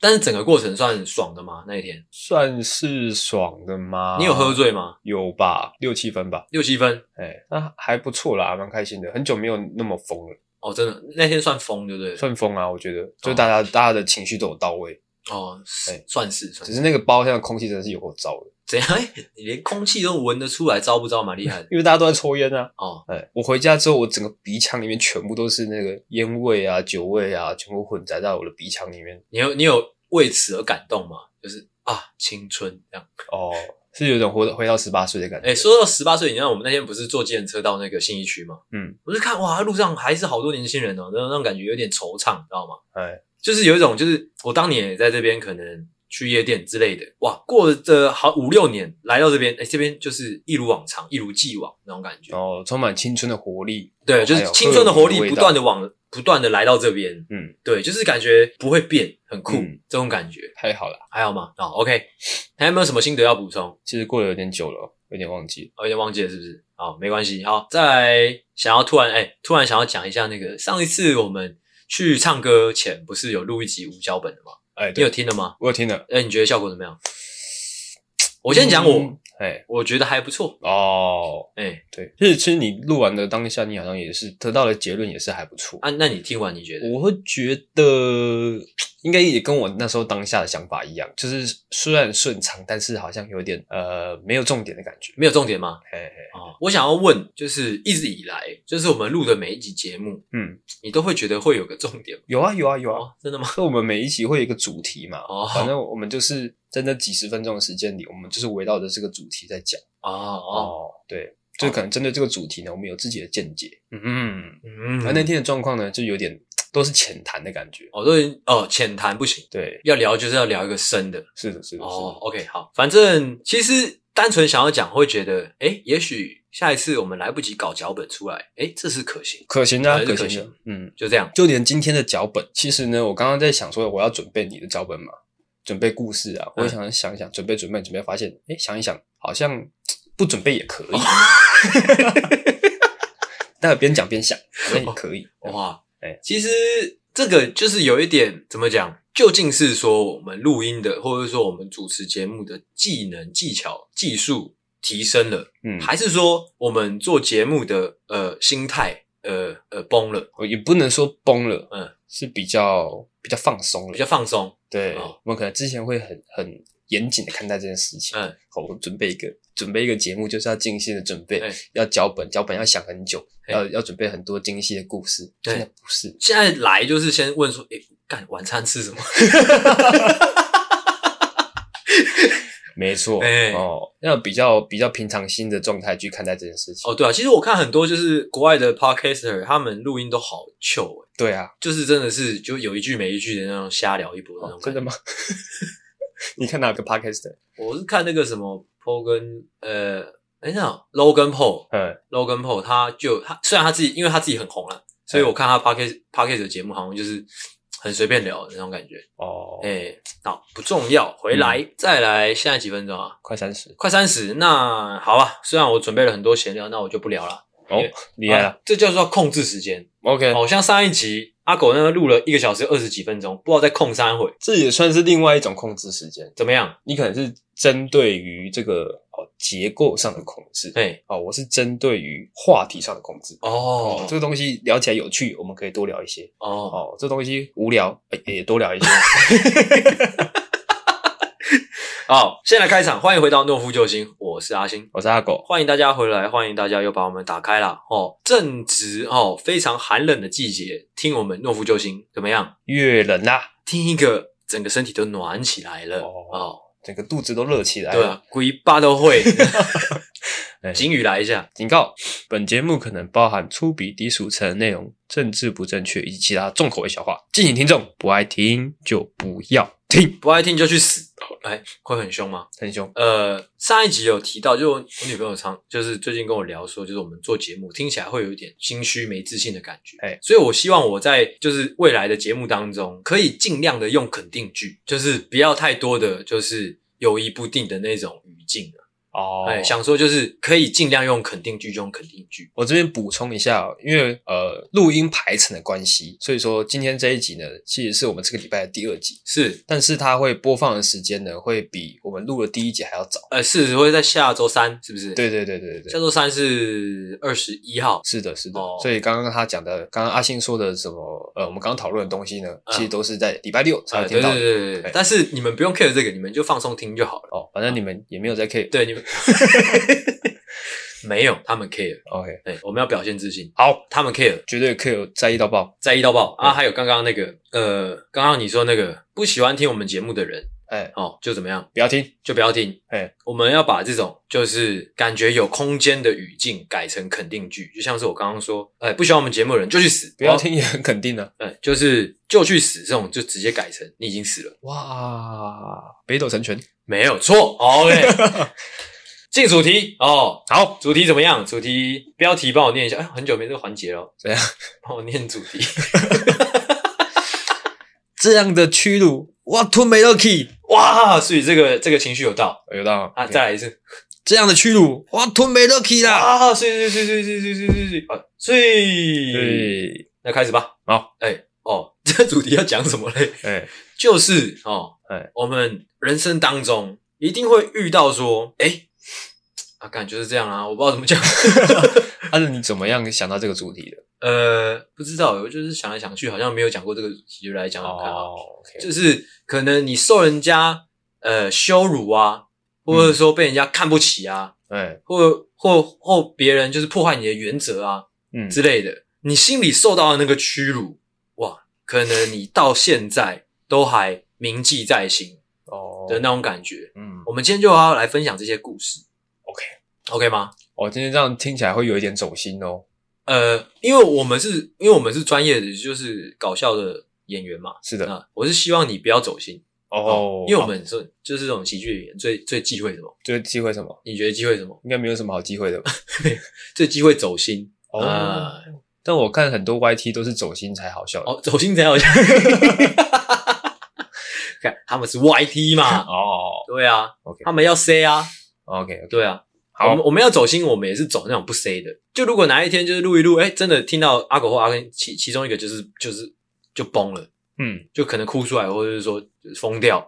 S1: 但是整个过程算爽的吗？那一天
S2: 算是爽的吗？
S1: 你有喝？醉吗？
S2: 有吧，六七分吧。
S1: 六七分
S2: 哎，那还不错啦，蛮开心的。很久没有那么疯了，
S1: 哦，真的那天算疯，对不对了？
S2: 算疯啊，我觉得，就大家、大家的情绪都有到位，
S1: 哦，是
S2: 哎
S1: 算是算
S2: 只
S1: 是
S2: 是那个包厢的空气真的是有够糟的，
S1: 怎样？哎你连空气都闻得出来，糟不糟？蛮厉害的
S2: 因为大家都在抽烟啊。
S1: 哦。
S2: 哎，我回家之后，我整个鼻腔里面全部都是那个烟味啊、酒味啊，全部混杂在我的鼻腔里面。
S1: 你有你有为此而感动吗？就是啊，青春这样。
S2: 哦，是有一种回回到十八岁的感觉。
S1: 哎、说到十八岁，你看我们那天不是坐计程车到那个信义区吗？
S2: 嗯，
S1: 我就看哇，路上还是好多年轻人哦，那种那种感觉有点惆怅，你知道吗？
S2: 哎，
S1: 就是有一种，就是我当年也在这边，可能去夜店之类的，哇，过了好五六年来到这边，哎、这边就是一如往常，一如既往那种感觉。
S2: 然后充满青春的活力。
S1: 对，就
S2: 哦还
S1: 是
S2: 有
S1: 青春的活力
S2: 荷尔蒙的味
S1: 不
S2: 道
S1: 断的往不断的来到这边，
S2: 嗯，
S1: 对，就是感觉不会变，很酷、
S2: 嗯
S1: 这种感觉，
S2: 太好了，
S1: 还好吗？哦，OK，还有没有什么心得要补充？哦
S2: 其实过了有点久了，有点忘记。
S1: 我有点忘记了，是不是？好，没关系。好，再来想要突然哎、突然想要讲一下那个上一次我们去唱歌前不是有录一集无脚本的吗？
S2: 哎，
S1: 你有
S2: 对，
S1: 听了吗？
S2: 我有听了。
S1: 哎、你觉得效果怎么样？我先讲我，
S2: 嗯，哎、
S1: 我觉得还不错。
S2: 哦，
S1: 哎、
S2: 对，就是其实你录完的当下，你好像也是得到的结论也是还不错。
S1: 啊，那你听完你觉得？
S2: 我会觉得应该也跟我那时候当下的想法一样，就是虽然顺畅，但是好像有点呃没有重点的感觉。
S1: 没有重点吗？
S2: 嘿嘿，
S1: 哦，我想要问，就是一直以来，就是我们录的每一集节目，
S2: 嗯，
S1: 你都会觉得会有个重点吗？
S2: 有啊有啊有啊，
S1: 哦，真的吗？
S2: 那、我们每一集会有一个主题嘛，
S1: 哦
S2: 反正我们就是在那几十分钟的时间里，我们就是围绕着这个主题在讲。
S1: 哦哦，
S2: 哦，对，就可能针对这个主题呢，我们有自己的见解。嗯嗯，
S1: 嗯
S2: 那、那天的状况呢，就有点都是浅谈的感觉。
S1: 哦，都已经哦，浅谈不行，
S2: 对，
S1: 要聊就是要聊一个深的。
S2: 是的，是的，是的。
S1: 哦，OK，好，反正其实单纯想要讲，会觉得，哎，也许下一次我们来不及搞脚本出来，哎，这是可行，
S2: 可行的、
S1: 还
S2: 啊，
S1: 是可
S2: 行
S1: 行
S2: 的。嗯，
S1: 就这样。
S2: 就连今天的脚本，其实呢，我刚刚在想说，我要准备你的脚本嘛，准备故事啊，我也想想一想，准备准备准备，发现，哎，想一想，好像不准备也可以。 但边讲边想，好像也可以。
S1: 哇，
S2: 哎
S1: 其实这个就是有一点怎么讲，究竟是说我们录音的，或者说我们主持节目的技能、技巧、技术提升了，
S2: 嗯，
S1: 还是说我们做节目的呃心态呃呃崩了，
S2: 我也不能说崩了，
S1: 嗯，
S2: 是比较比较放松了
S1: 比，较放松？
S2: 对，
S1: 哦
S2: 我们可能之前会很很严谨的看待这件事情。
S1: 嗯，
S2: 好，我准备一个准备一个节目，就是要精心的准备，
S1: 哎
S2: 要脚本，脚本要想很久，
S1: 哎
S2: 要要准备很多精细的故事。
S1: 对
S2: 现在不是，
S1: 现在来就是先问说，诶、哎干晚餐吃什么？
S2: 没错，
S1: 哎
S2: 哦，要比较比较平常心的状态去看待这件事情。
S1: 哦，对啊，其实我看很多就是国外的 podcaster，他们录音都好糗、欸，
S2: 对啊，哦
S1: 就是真的是就有一句没一句的那种瞎聊一波那种、
S2: 真的？吗？ 你看哪个 podcast？
S1: 我是看那个什么 Paul 跟呃，哎、那种 Logan Paul
S2: 嗯，
S1: Logan Paul，他就他虽然他自己，因为他自己很红
S2: 哎
S1: 了，所以我看他 podcast podcast 的节目好像就是很随便聊的那种感觉。
S2: 哦，
S1: 哎、好不重要，回来、
S2: 嗯
S1: 再来，现在几分钟啊？
S2: 快三十，
S1: 快三十，那好吧。虽然我准备了很多闲聊，那我就不聊了。
S2: 哦，厉害了
S1: 啊这叫做控制时间。
S2: ，OK，
S1: 好、像上一集阿狗那个录了一个小时二十几分钟，不知道在控三回，
S2: 这也算是另外一种控制时间。
S1: 怎么样？
S2: 你可能是针对于这个哦结构上的控制，
S1: 哎、
S2: 哦，我是针对于话题上的控制。
S1: 哦
S2: 这个东西聊起来有趣，我们可以多聊一些。
S1: 哦，
S2: 哦，这东西无聊，哎也多聊一些。
S1: 好，现在开场，欢迎回到懦夫救星，我是阿星。
S2: 我是阿狗，
S1: 欢迎大家回来，欢迎大家又把我们打开啦。哦！正值哦非常寒冷的季节，听我们懦夫救星怎么样？
S2: 越冷啊啦，
S1: 听一个，整个身体都暖起来了
S2: 哦
S1: 哦
S2: 整个肚子都热起来了。
S1: 对啊，鬼爸都会。
S2: 哎
S1: 警语来一下，
S2: 警告：本节目可能包含粗鄙、低俗、成人内容、政治不正确以及其他重口味笑话，敬请听众不爱听就不要听。
S1: 不爱听就去死。哎，会很凶吗？
S2: 很凶，
S1: 呃，上一集有提到，就我我女朋友常就是最近跟我聊说，就是我们做节目听起来会有一点心虚、没自信的感觉。
S2: 哎
S1: 所以我希望我在就是未来的节目当中，可以尽量的用肯定句，就是不要太多的就是犹疑不定的那种语境了。
S2: 哦
S1: 哎，想说就是可以尽量用肯定句，就用肯定句。
S2: 我这边补充一下哦，因为呃录音排程的关系，所以说今天这一集呢，其实是我们这个礼拜的第二集，
S1: 是，
S2: 但是它会播放的时间呢，会比我们录的第一集还要早。
S1: 呃，是会在下周三，是不是？。
S2: 对对对对对
S1: 下
S2: 对，
S1: 周三是二十一号，
S2: 是的，是的。
S1: 哦
S2: 所以刚刚他讲的，刚刚阿信说的什么，呃，我们刚刚讨论的东西呢，
S1: 嗯
S2: 其实都是在礼拜六才
S1: 啊，
S2: 会
S1: 对
S2: 听到
S1: 对
S2: 的。
S1: 对对
S2: 对
S1: 对。但是你们不用 care 这个，你们就放松听就好了。
S2: 哦，反正你们也没有在 K。
S1: 对， 你们没有，他们 care。
S2: OK，
S1: 对，我们要表现自信，
S2: 好，
S1: 他们 care，
S2: 绝对 K 在意到爆。
S1: 在意到爆啊！
S2: 嗯
S1: 还有刚刚那个，呃，刚刚你说那个不喜欢听我们节目的人，
S2: 哎，
S1: 哦，就怎么样，
S2: 不要听。
S1: 就不要听。
S2: 哎，
S1: 我们要把这种就是感觉有空间的语境改成肯定句，就像是我刚刚说，哎，不喜欢我们节目的人就去死，
S2: 不要
S1: 哦，
S2: 听也很肯定的、
S1: 哎，就是就去死这种，就直接改成你已经死了，
S2: 哇，北斗神拳。
S1: 没有错。哦 OK，进主题哦，
S2: 好，
S1: 主题怎么样？主题标题帮我念一下。哎，很久没这个环节了。
S2: 怎样？
S1: 帮我念主题。
S2: 这样的屈辱，我吞没了哎 K。
S1: 哇，所以这个这个情绪有到
S2: 有道
S1: 啊！再来一次
S2: 这样的屈辱，我吞没了 K 啦。
S1: 啊！睡睡睡睡睡睡睡睡啊！睡。
S2: 对，
S1: 那开始吧。
S2: 好，
S1: 哎哦，这主题要讲什么嘞？
S2: 哎，
S1: 就是哦，
S2: 哎，
S1: 我们人生当中一定会遇到说，哎啊，感觉是这样啊，我不知道怎么讲。
S2: 但是你怎么样想到这个主题的？
S1: 呃，不知道，我就是想来想去，好像没有讲过这个主题，就来讲讲看啊。
S2: 哦，OK，
S1: 就是可能你受人家呃羞辱啊，或
S2: 嗯
S1: 者说被人家看不起啊，
S2: 哎，
S1: 或或或别人就是破坏你的原则啊
S2: 嗯，
S1: 之类的，你心里受到的那个屈辱，哇，可能你到现在都还铭记在心
S2: 哦
S1: 的那种感觉。
S2: 嗯，
S1: 我们今天就要来分享这些故事
S2: OK
S1: ，OK 吗？
S2: 我哦今天这样听起来会有一点走心哦。
S1: 呃，因为我们是因为我们是专业的，就是搞笑的演员嘛，
S2: 是的，
S1: 啊，我是希望你不要走心
S2: 哦，
S1: 因为我们说就是这种喜剧演员最最忌讳什么？
S2: 这个机会什么？
S1: 你觉得机会什么？
S2: 应该没有什么好机会的吧？
S1: 这机会走心
S2: 哦
S1: 啊，
S2: 但我看很多 YT 都是走心才好笑的。
S1: 哦，走心才好笑。 看他们是 YT 嘛，
S2: 哦
S1: 对啊，
S2: ，OK
S1: 他们要 C 啊，
S2: OK，
S1: 对啊。
S2: 好
S1: 我们，我们要走心，我们也是走那种不 C 的。就如果哪一天就是录一录，哎，真的听到阿狗或阿根其其中一个就是就是就崩了，
S2: 嗯，
S1: 就可能哭出来，或者是说就是疯掉，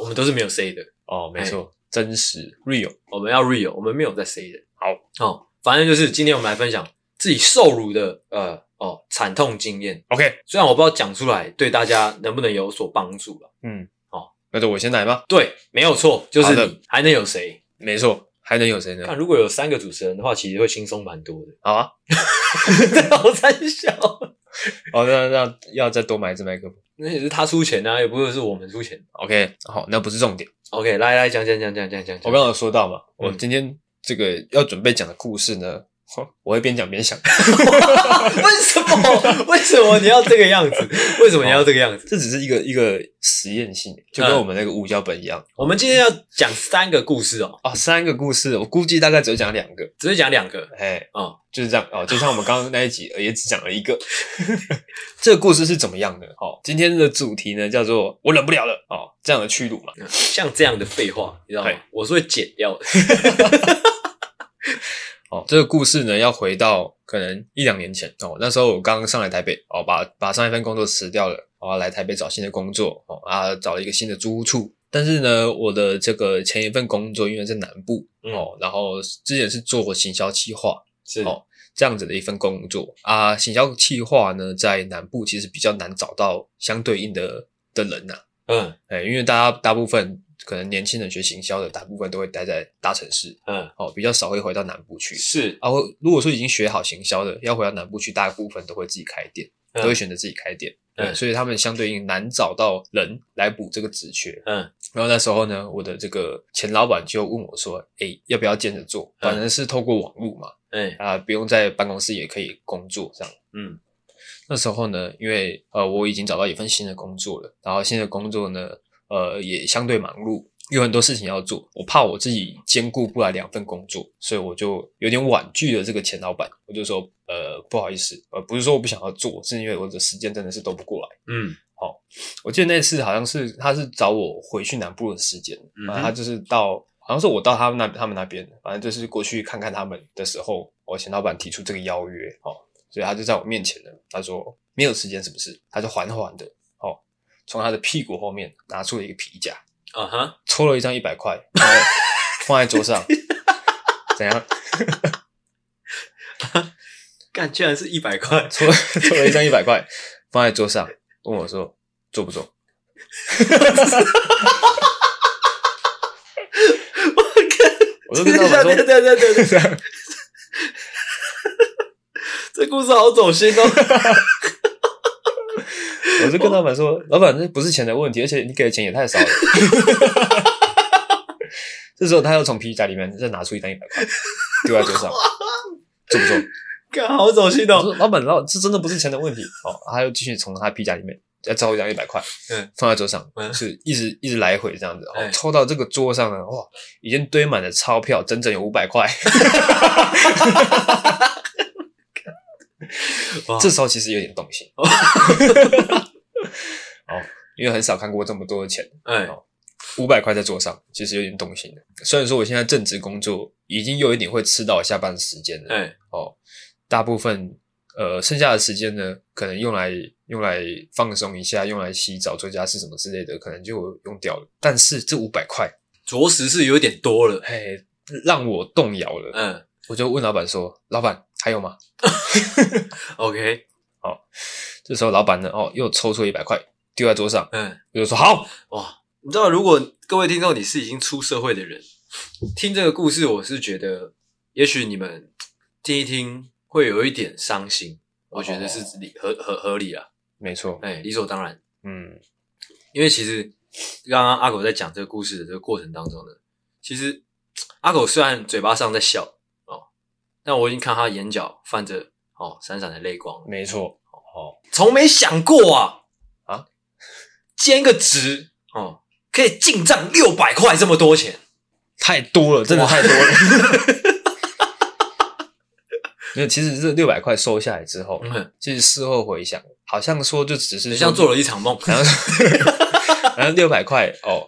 S1: 我们都是没有 C 的。
S2: 哦，没错，真实 real，
S1: 我们要 real，我们没有在 say 的。
S2: 好
S1: 哦，反正就是今天我们来分享自己受辱的呃哦惨痛经验。
S2: OK，
S1: 虽然我不知道讲出来对大家能不能有所帮助了。
S2: 嗯，
S1: 好，
S2: 那就我先来吧。
S1: 对，没有错，就
S2: 好
S1: 是
S2: 的
S1: 你还能有谁？
S2: 没错，还能有谁呢
S1: 看？如果有三个主持人的话，其实会轻松蛮多的。
S2: 好啊，
S1: 好三小，
S2: 哦，那那要再多买一支麦克风。
S1: 那也是他出钱啊，也不是是我们出钱。
S2: OK，好，那不是重点。
S1: OK，来来讲讲讲讲讲讲讲。
S2: 我刚刚有说到嘛，我
S1: 嗯
S2: 今天这个要准备讲的故事呢，我会边讲边想，
S1: 为什么？为什么你要这个样子？为什么你要这个样子？
S2: 这只是一个一个实验性，就跟我们那个五教本一样
S1: 我们今天要讲三个故事哦，
S2: 啊、三个故事，我估计大概只有讲两个，
S1: 只是讲两个
S2: 哎，
S1: 哦。
S2: 就是这样哦。就像我们刚刚那一集，呃也只讲了一个。 这个故事是怎么样的？哦，今天的主题呢叫做“我忍不了了”哦，这样的去路嘛。
S1: 像这样的废话，你知道吗
S2: 对？
S1: 我是会剪掉的。
S2: 哦，这个故事呢，要回到可能一两年前哦，那时候我刚上来台北哦，把把上一份工作辞掉了，我要来台北找新的工作哦，啊，找了一个新的租屋处。但是呢，我的这个前一份工作因为在南部、
S1: 嗯
S2: 哦，然后之前是做行销企划
S1: 是
S2: 哦这样子的一份工作啊，行销企划呢，在南部其实比较难找到相对应的的人呐、
S1: 嗯
S2: 哎，因为大家大部分可能年轻人学行销的，大部分都会待在大城市
S1: 嗯，
S2: 哦，比较少会回到南部去。
S1: 是
S2: 啊，我如果说已经学好行销的，要回到南部去，大部分都会自己开店，
S1: 嗯
S2: 都会选择自己开店。对，
S1: 嗯
S2: 所以他们相对应难找到人来补这个职缺。
S1: 嗯
S2: 然后那时候呢，我的这个前老板就问我说：“诶，要不要兼着做？
S1: 嗯
S2: 反正是透过网络嘛，
S1: 哎
S2: 啊，不用在办公室也可以工作这样。”
S1: 嗯
S2: 那时候呢，因为呃我已经找到一份新的工作了，然后新的工作呢，呃也相对忙碌，有很多事情要做，我怕我自己兼顾不来两份工作，所以我就有点婉拒了这个前老板，我就说呃不好意思，呃不是说我不想要做，是因为我的时间真的是都不过来。
S1: 嗯
S2: 我记得那次好像是他是找我回去南部的时间，
S1: 嗯哼
S2: 反正他就是到好像是我到他们那他们那边，反正就是过去看看他们的时候，我前老板提出这个邀约哦，所以他就在我面前呢，他说没有时间是不是？他就缓缓的哦，从他的屁股后面拿出了一个皮夹，
S1: 啊哈，
S2: 抽了一张一百块，放在放在桌 上，怎样？
S1: 干，居然是一百块，
S2: 抽抽了一张一百块放在桌上，问我说做不做？ 我就跟 老
S1: 对
S2: 板
S1: 对对
S2: 说，
S1: 对对，这故事好走心哦。
S2: 我就跟老板说，老板，这不是钱的问题，而且你给的钱也太少了。 这时候他又从皮夹里面再拿出一张一百块，丢在桌上，做不做？
S1: 干，好走心
S2: 我
S1: 哦。
S2: 说老板，老这真的不是钱的问题哦。他又继续从他皮夹里面再抽一张一百块，
S1: 嗯，
S2: 放在桌上，
S1: 嗯
S2: 是一直一直来回这样子，哦
S1: 哎，
S2: 抽到这个桌上呢，哇，已经堆满了钞票，整整有五百块。
S1: 哇
S2: 这时候其实有点动心， 哦，因为很少看过这么多的钱，
S1: 哎
S2: 五百块在桌上，其实有点动心的。虽然说我现在正职工作已经有一点会吃到下班时间了，
S1: 哎
S2: 哦，大部分呃剩下的时间呢，可能用来用来放松一下，用来洗澡、做家事什么之类的，可能就用掉了。但是这五百块，
S1: 着实是有点多了。
S2: 嘿，让我动摇了。
S1: 嗯
S2: 我就问老板说：“老板还有吗
S1: ，OK，？”
S2: 这时候老板呢，哦，又抽出一百块丢在桌上，
S1: 嗯，
S2: 我就说：“好，
S1: 哇，你知道，如果各位听众你是已经出社会的人，听这个故事，我是觉得，也许你们听一听会有一点伤心，我觉得是
S2: 哦
S1: 理合合合理啊，
S2: 没错，
S1: 哎，理所当然。
S2: 嗯，
S1: 因为其实刚刚阿狗在讲这个故事的这个过程当中呢，其实阿狗虽然嘴巴上在笑哦，但我已经看他眼角泛着哦闪闪的泪光了，
S2: 没错，哦，
S1: 从没想过啊
S2: 啊，
S1: 兼个职哦，可以进账六百块这么多钱，
S2: 太多了，真的太多了。” 没有，其实这六百块收下来之后，
S1: 嗯，
S2: 其实事后回想，好像说就只是
S1: 就像
S2: 说
S1: 做了一场梦，
S2: 然后然后六百块哦，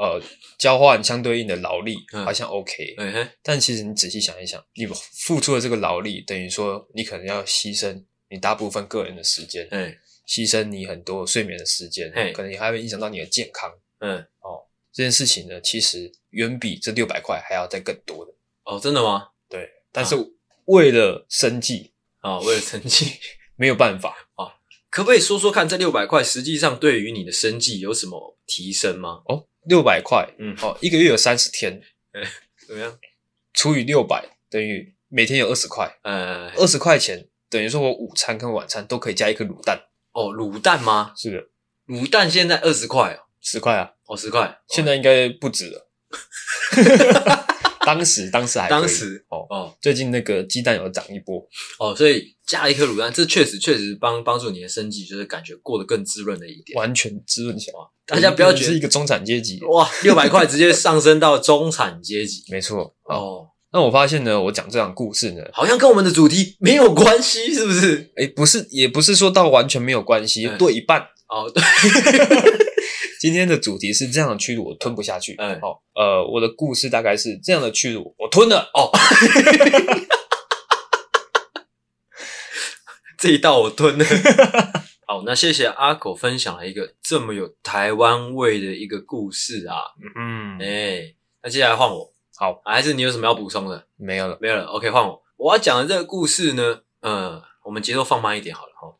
S2: 呃，交换相对应的劳力
S1: 嗯
S2: 好像 OK，、
S1: 嗯哼，
S2: 但其实你仔细想一想，你付出的这个劳力，等于说你可能要牺牲你大部分个人的时间，
S1: 哎，
S2: 牺牲你很多睡眠的时间
S1: 嘿，
S2: 可能你还会影响到你的健康。哦
S1: 嗯，
S2: 这件事情呢，其实远比这六百块还要再更多的。
S1: 哦，真的吗？
S2: 对，但是为了生计，
S1: 啊、为了成绩，
S2: 没有办法
S1: 可不可以说说看，这六百块实际上对于你的生计有什么提升吗？
S2: 哦，六百块，
S1: 嗯
S2: 哦，一个月有三十天，
S1: 怎么样？
S2: 除以六百等于每天有二十块。
S1: 呃，
S2: 二十块钱，等于说我午餐跟晚餐都可以加一颗卤蛋。
S1: 哦，卤蛋吗？
S2: 是的，
S1: 卤蛋现在二十块哦，
S2: 十块啊，
S1: 哦，十块，
S2: 现在应该不止了。当时当时还可以
S1: 当时
S2: 哦，
S1: 哦
S2: 最近那个鸡蛋有涨一波，
S1: 哦，所以加了一颗卤蛋，这确实确实帮帮助你的生计，就是感觉过得更滋润了一点。
S2: 完全滋润起来。
S1: 大家不要
S2: 我们
S1: 觉
S2: 是
S1: 得哦
S2: 一个中产阶级，
S1: 哇，六百块直接上升到中产阶 级
S2: 没错。好，
S1: 哦，
S2: 那我发现呢，我讲这场故事呢，
S1: 好像跟我们的主题没有关系，是不是？
S2: 诶，不是，也不是说到完全没有关系，
S1: 嗯
S2: 对一半。
S1: 哦，对，
S2: 今天的主题是这样的屈辱我吞不下去。
S1: 嗯
S2: 好、呃，我的故事大概是这样的屈辱我吞了。哦，
S1: 这一道我 吞了。好，那谢谢阿狗分享了一个这么有台湾味的一个故事啊，
S2: 嗯
S1: 哎、，那接下来换我，
S2: 好
S1: 啊还是你有什么要补充的？
S2: 没有了。
S1: 没有了，OK，换我。我要讲的这个故事呢，呃，我们节奏放慢一点好了哈。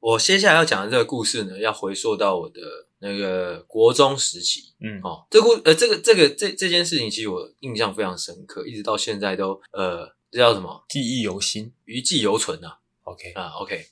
S1: 我接下来要讲的这个故事呢，要回溯到我的那个国中时期
S2: 嗯，
S1: 哦。这故呃，这个这个这这件事情，其实我印象非常深刻，一直到现在都呃，这叫什么
S2: 记忆犹新。
S1: 余悸犹存啊
S2: OK，
S1: 啊，OK，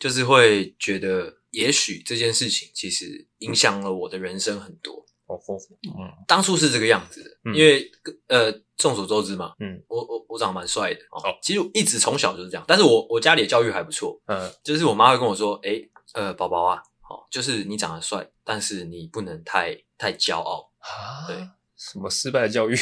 S1: 就是会觉得也许这件事情其实影响了我的人生很多。
S2: 哦吼，嗯，
S1: 当初是这个样子的，
S2: 嗯
S1: 因为呃，众所周知嘛，
S2: 嗯，
S1: 我我我长得蛮帅的哦
S2: 哦
S1: 其实我一直从小就是这样，但是我我家里的教育还不错，
S2: 呃，
S1: 就是我妈会跟我说，诶、呃，宝宝啊，哦，就是你长得帅，但是你不能太太骄傲，
S2: 啊，
S1: 对，
S2: 什么失败的教育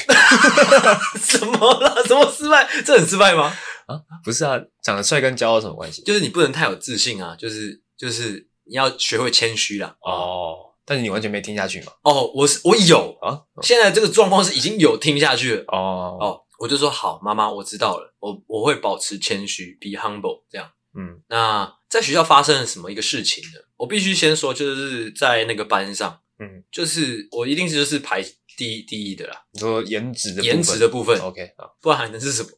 S1: 什么啦？什么失败？这很失败吗？
S2: 啊？不是啊，长得帅跟骄傲有什么关系？
S1: 就是你不能太有自信啊，就是就是你要学会谦虚啦。
S2: 哦，但是你完全没听下去嘛？
S1: 哦，我是我有，
S2: 啊，
S1: 现在这个状况是已经有听下去了，
S2: 哦，
S1: 哦，我就说好，妈妈，我知道了，我我会保持谦虚，be humble 这样。
S2: 嗯
S1: 那在学校发生了什么一个事情呢？我必须先说，就是在那个班上，
S2: 嗯，
S1: 就是我一定是就是排第一第一的啦，
S2: 你说颜值的部分
S1: 颜值的部分，
S2: OK 啊，
S1: 不然还能是什么？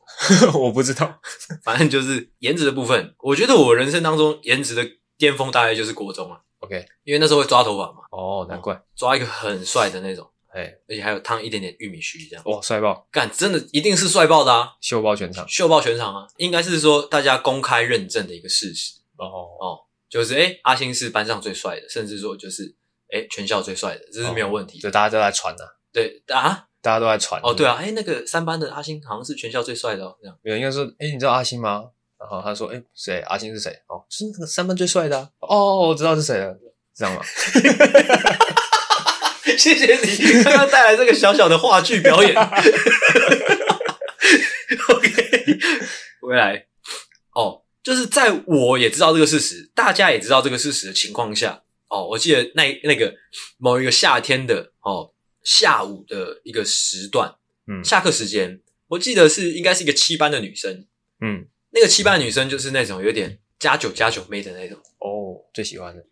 S2: 我不知道。
S1: 反正就是颜值的部分，我觉得我人生当中颜值的巅峰大概就是国中了、啊
S2: OK，
S1: 因为那时候会抓头发嘛，
S2: 哦，难怪，
S1: 抓一个很帅的那种，
S2: 哎，
S1: 而且还有烫一点点玉米须这样，
S2: 哇，帅爆，
S1: 干真的一定是帅爆的啊，
S2: 秀爆全场。
S1: 秀爆全场啊，应该是说大家公开认证的一个事实。
S2: 哦，
S1: 就是哎、诶阿星是班上最帅的，甚至说就是哎、诶全校最帅的，这是没
S2: 哦
S1: 有问题的。
S2: 对，大家都在传啊，
S1: 对啊，
S2: 大家都在传。
S1: 哦对啊，哎、那个三班的阿星好像是全校最帅的哦，这 样
S2: 没有，应该说，哎、你知道阿星吗？然后他说，哎、谁？阿星是谁？哦，就是那个三班最帅的、啊。哦，我知道是谁了，这样吗？
S1: 谢谢你刚刚带来这个小小的话剧表演。OK，回 来哦，就是在我也知道这个事实，大家也知道这个事实的情况下，哦，我记得那那个某一个夏天的哦下午的一个时段，
S2: 嗯
S1: 下课时间，我记得是应该是一个七班的女生，
S2: 嗯，
S1: 那个七班的女生就是那种有点加九加九妹的那种，
S2: 哦，最喜欢的，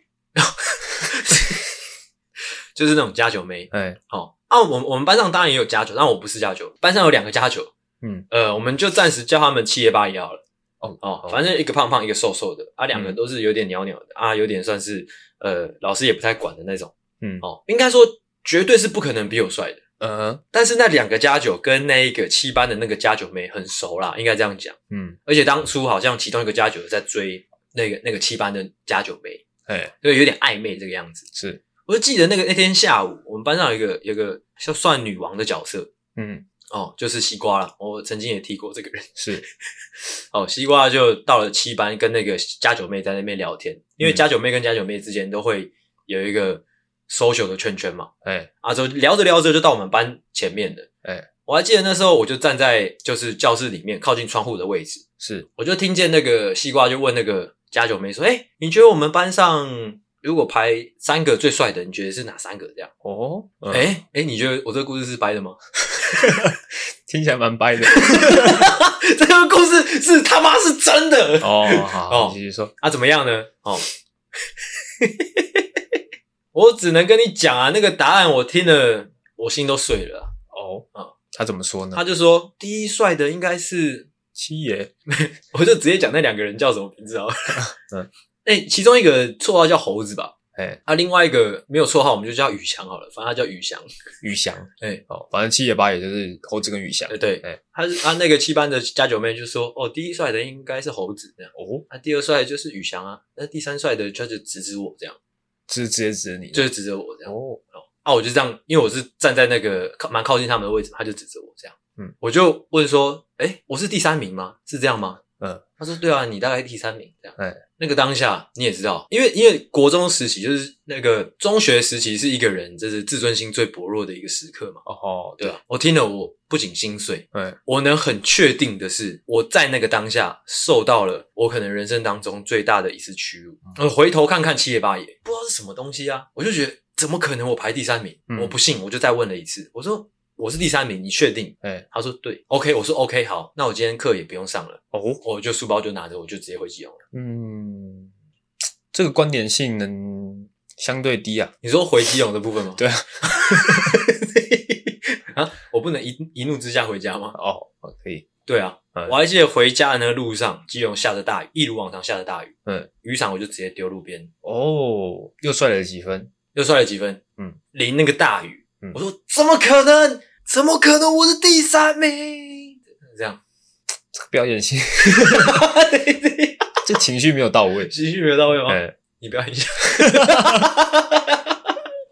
S1: 就是那种加九妹。
S2: 哎、
S1: 哦，啊，我们我们班上当然也有加九，但我不是加九，班上有两个加九，
S2: 嗯，
S1: 呃，我们就暂时叫他们七爷八爷好了。
S2: 哦
S1: 哦，反正一个胖胖，一个瘦瘦的，啊，两个
S2: 嗯
S1: 都是有点袅袅的，啊，有点算是呃老师也不太管的那种。
S2: 嗯，
S1: 哦，应该说绝对是不可能比我帅的。
S2: 呃，
S1: 但是那两个加九跟那一个七班的那个加九妹很熟啦，应该这样讲。
S2: 嗯，
S1: 而且当初好像其中一个加九在追那个那个七班的加九妹，
S2: 哎、
S1: 所以有点暧昧这个样子。
S2: 是，
S1: 我就记得那个那天下午，我们班上有一个有一个就算女王的角色
S2: 嗯，
S1: 哦，就是西瓜啦。我曾经也提过这个人
S2: 是，
S1: 哦，西瓜就到了七班，跟那个加九妹在那边聊天，因为
S2: 嗯
S1: 加九妹跟加九妹之间都会有一个 social 的圈圈嘛，
S2: 哎、
S1: 啊，就聊着聊着就到我们班前面了。
S2: 哎
S1: 我还记得那时候我就站在就是教室里面靠近窗户的位置，
S2: 是，
S1: 我就听见那个西瓜就问那个加九妹说：“哎、你觉得我们班上如果排三个最帅的，你觉得是哪三个？”这样，
S2: 哦，哎、
S1: 哎、哎、你觉得我这个故事是掰的吗？
S2: 听起来蛮掰的。
S1: 这个故事是他妈是真的
S2: 哦，好，
S1: 哦
S2: 你继续说。
S1: 啊？怎么样呢？哦， 我只能跟你讲啊，那个答案我听了，我心都碎了啊、
S2: 哦，
S1: 哦
S2: 他怎么说呢
S1: 他？就说第一帅的应该是，
S2: 七爷，
S1: 我就直接讲那两个人叫什么名字啊？
S2: 嗯，
S1: 哎、其中一个绰号叫猴子吧。
S2: 哎、
S1: 啊，另外一个没有绰号，我们就叫宇翔好了，反正他叫宇翔。
S2: 宇翔，
S1: 哎
S2: 哦，反正七爷八爷就是猴子跟宇翔。
S1: 对对，
S2: 哎
S1: 他是啊他那个七班的加九妹就说，哦，第一帅的应该是猴子这样，
S2: 哦，
S1: 啊，第二帅就是宇翔啊，那第三帅的就是指指我这样，
S2: 就是直接指你。
S1: 就是指着我这样。
S2: 哦，
S1: 啊，我就这样，因为我是站在那个靠蛮靠近他们的位置，他就指着我这样。
S2: 嗯，
S1: 我就问说，哎、我是第三名吗？是这样吗？
S2: 嗯，
S1: 他说对啊，你大概第三名这样。
S2: 哎
S1: 那个当下你也知道，因为因为国中时期就是那个中学时期是一个人就是自尊心最薄弱的一个时刻嘛。
S2: 哦，
S1: 对啊，我听了我不仅心碎，
S2: 哎，
S1: 我能很确定的是，我在那个当下受到了我可能人生当中最大的一次屈辱。
S2: 嗯
S1: 我回头看看七爷八爷，不知道是什么东西啊，我就觉得怎么可能我排第三名？
S2: 嗯
S1: 我不信，我就再问了一次，我说我是第三名，你确定？
S2: 哎，
S1: 他说对，OK，我说 OK，好，那我今天课也不用上了，
S2: 哦，
S1: 我就书包就拿着，我就直接回基隆了。
S2: 嗯，这个关联性能相对低啊。
S1: 你说回基隆的部分吗？
S2: 对啊，
S1: 啊，我不能一一怒之下回家吗？
S2: 哦，可以，
S1: 对啊，
S2: 嗯
S1: 我还记得回家的那个路上，基隆下着大雨，一如往常下着大雨。
S2: 嗯，
S1: 雨伞我就直接丢路边，
S2: 哦，又帅了几分，
S1: 又摔了几分。
S2: 嗯，
S1: 淋那个大雨，
S2: 嗯
S1: 我说怎么可能？怎么可能？我是第三名。这样，
S2: 这个表演 性，这情绪没有到位。
S1: 情绪没有到位吗？
S2: 哎，
S1: 你不要影响。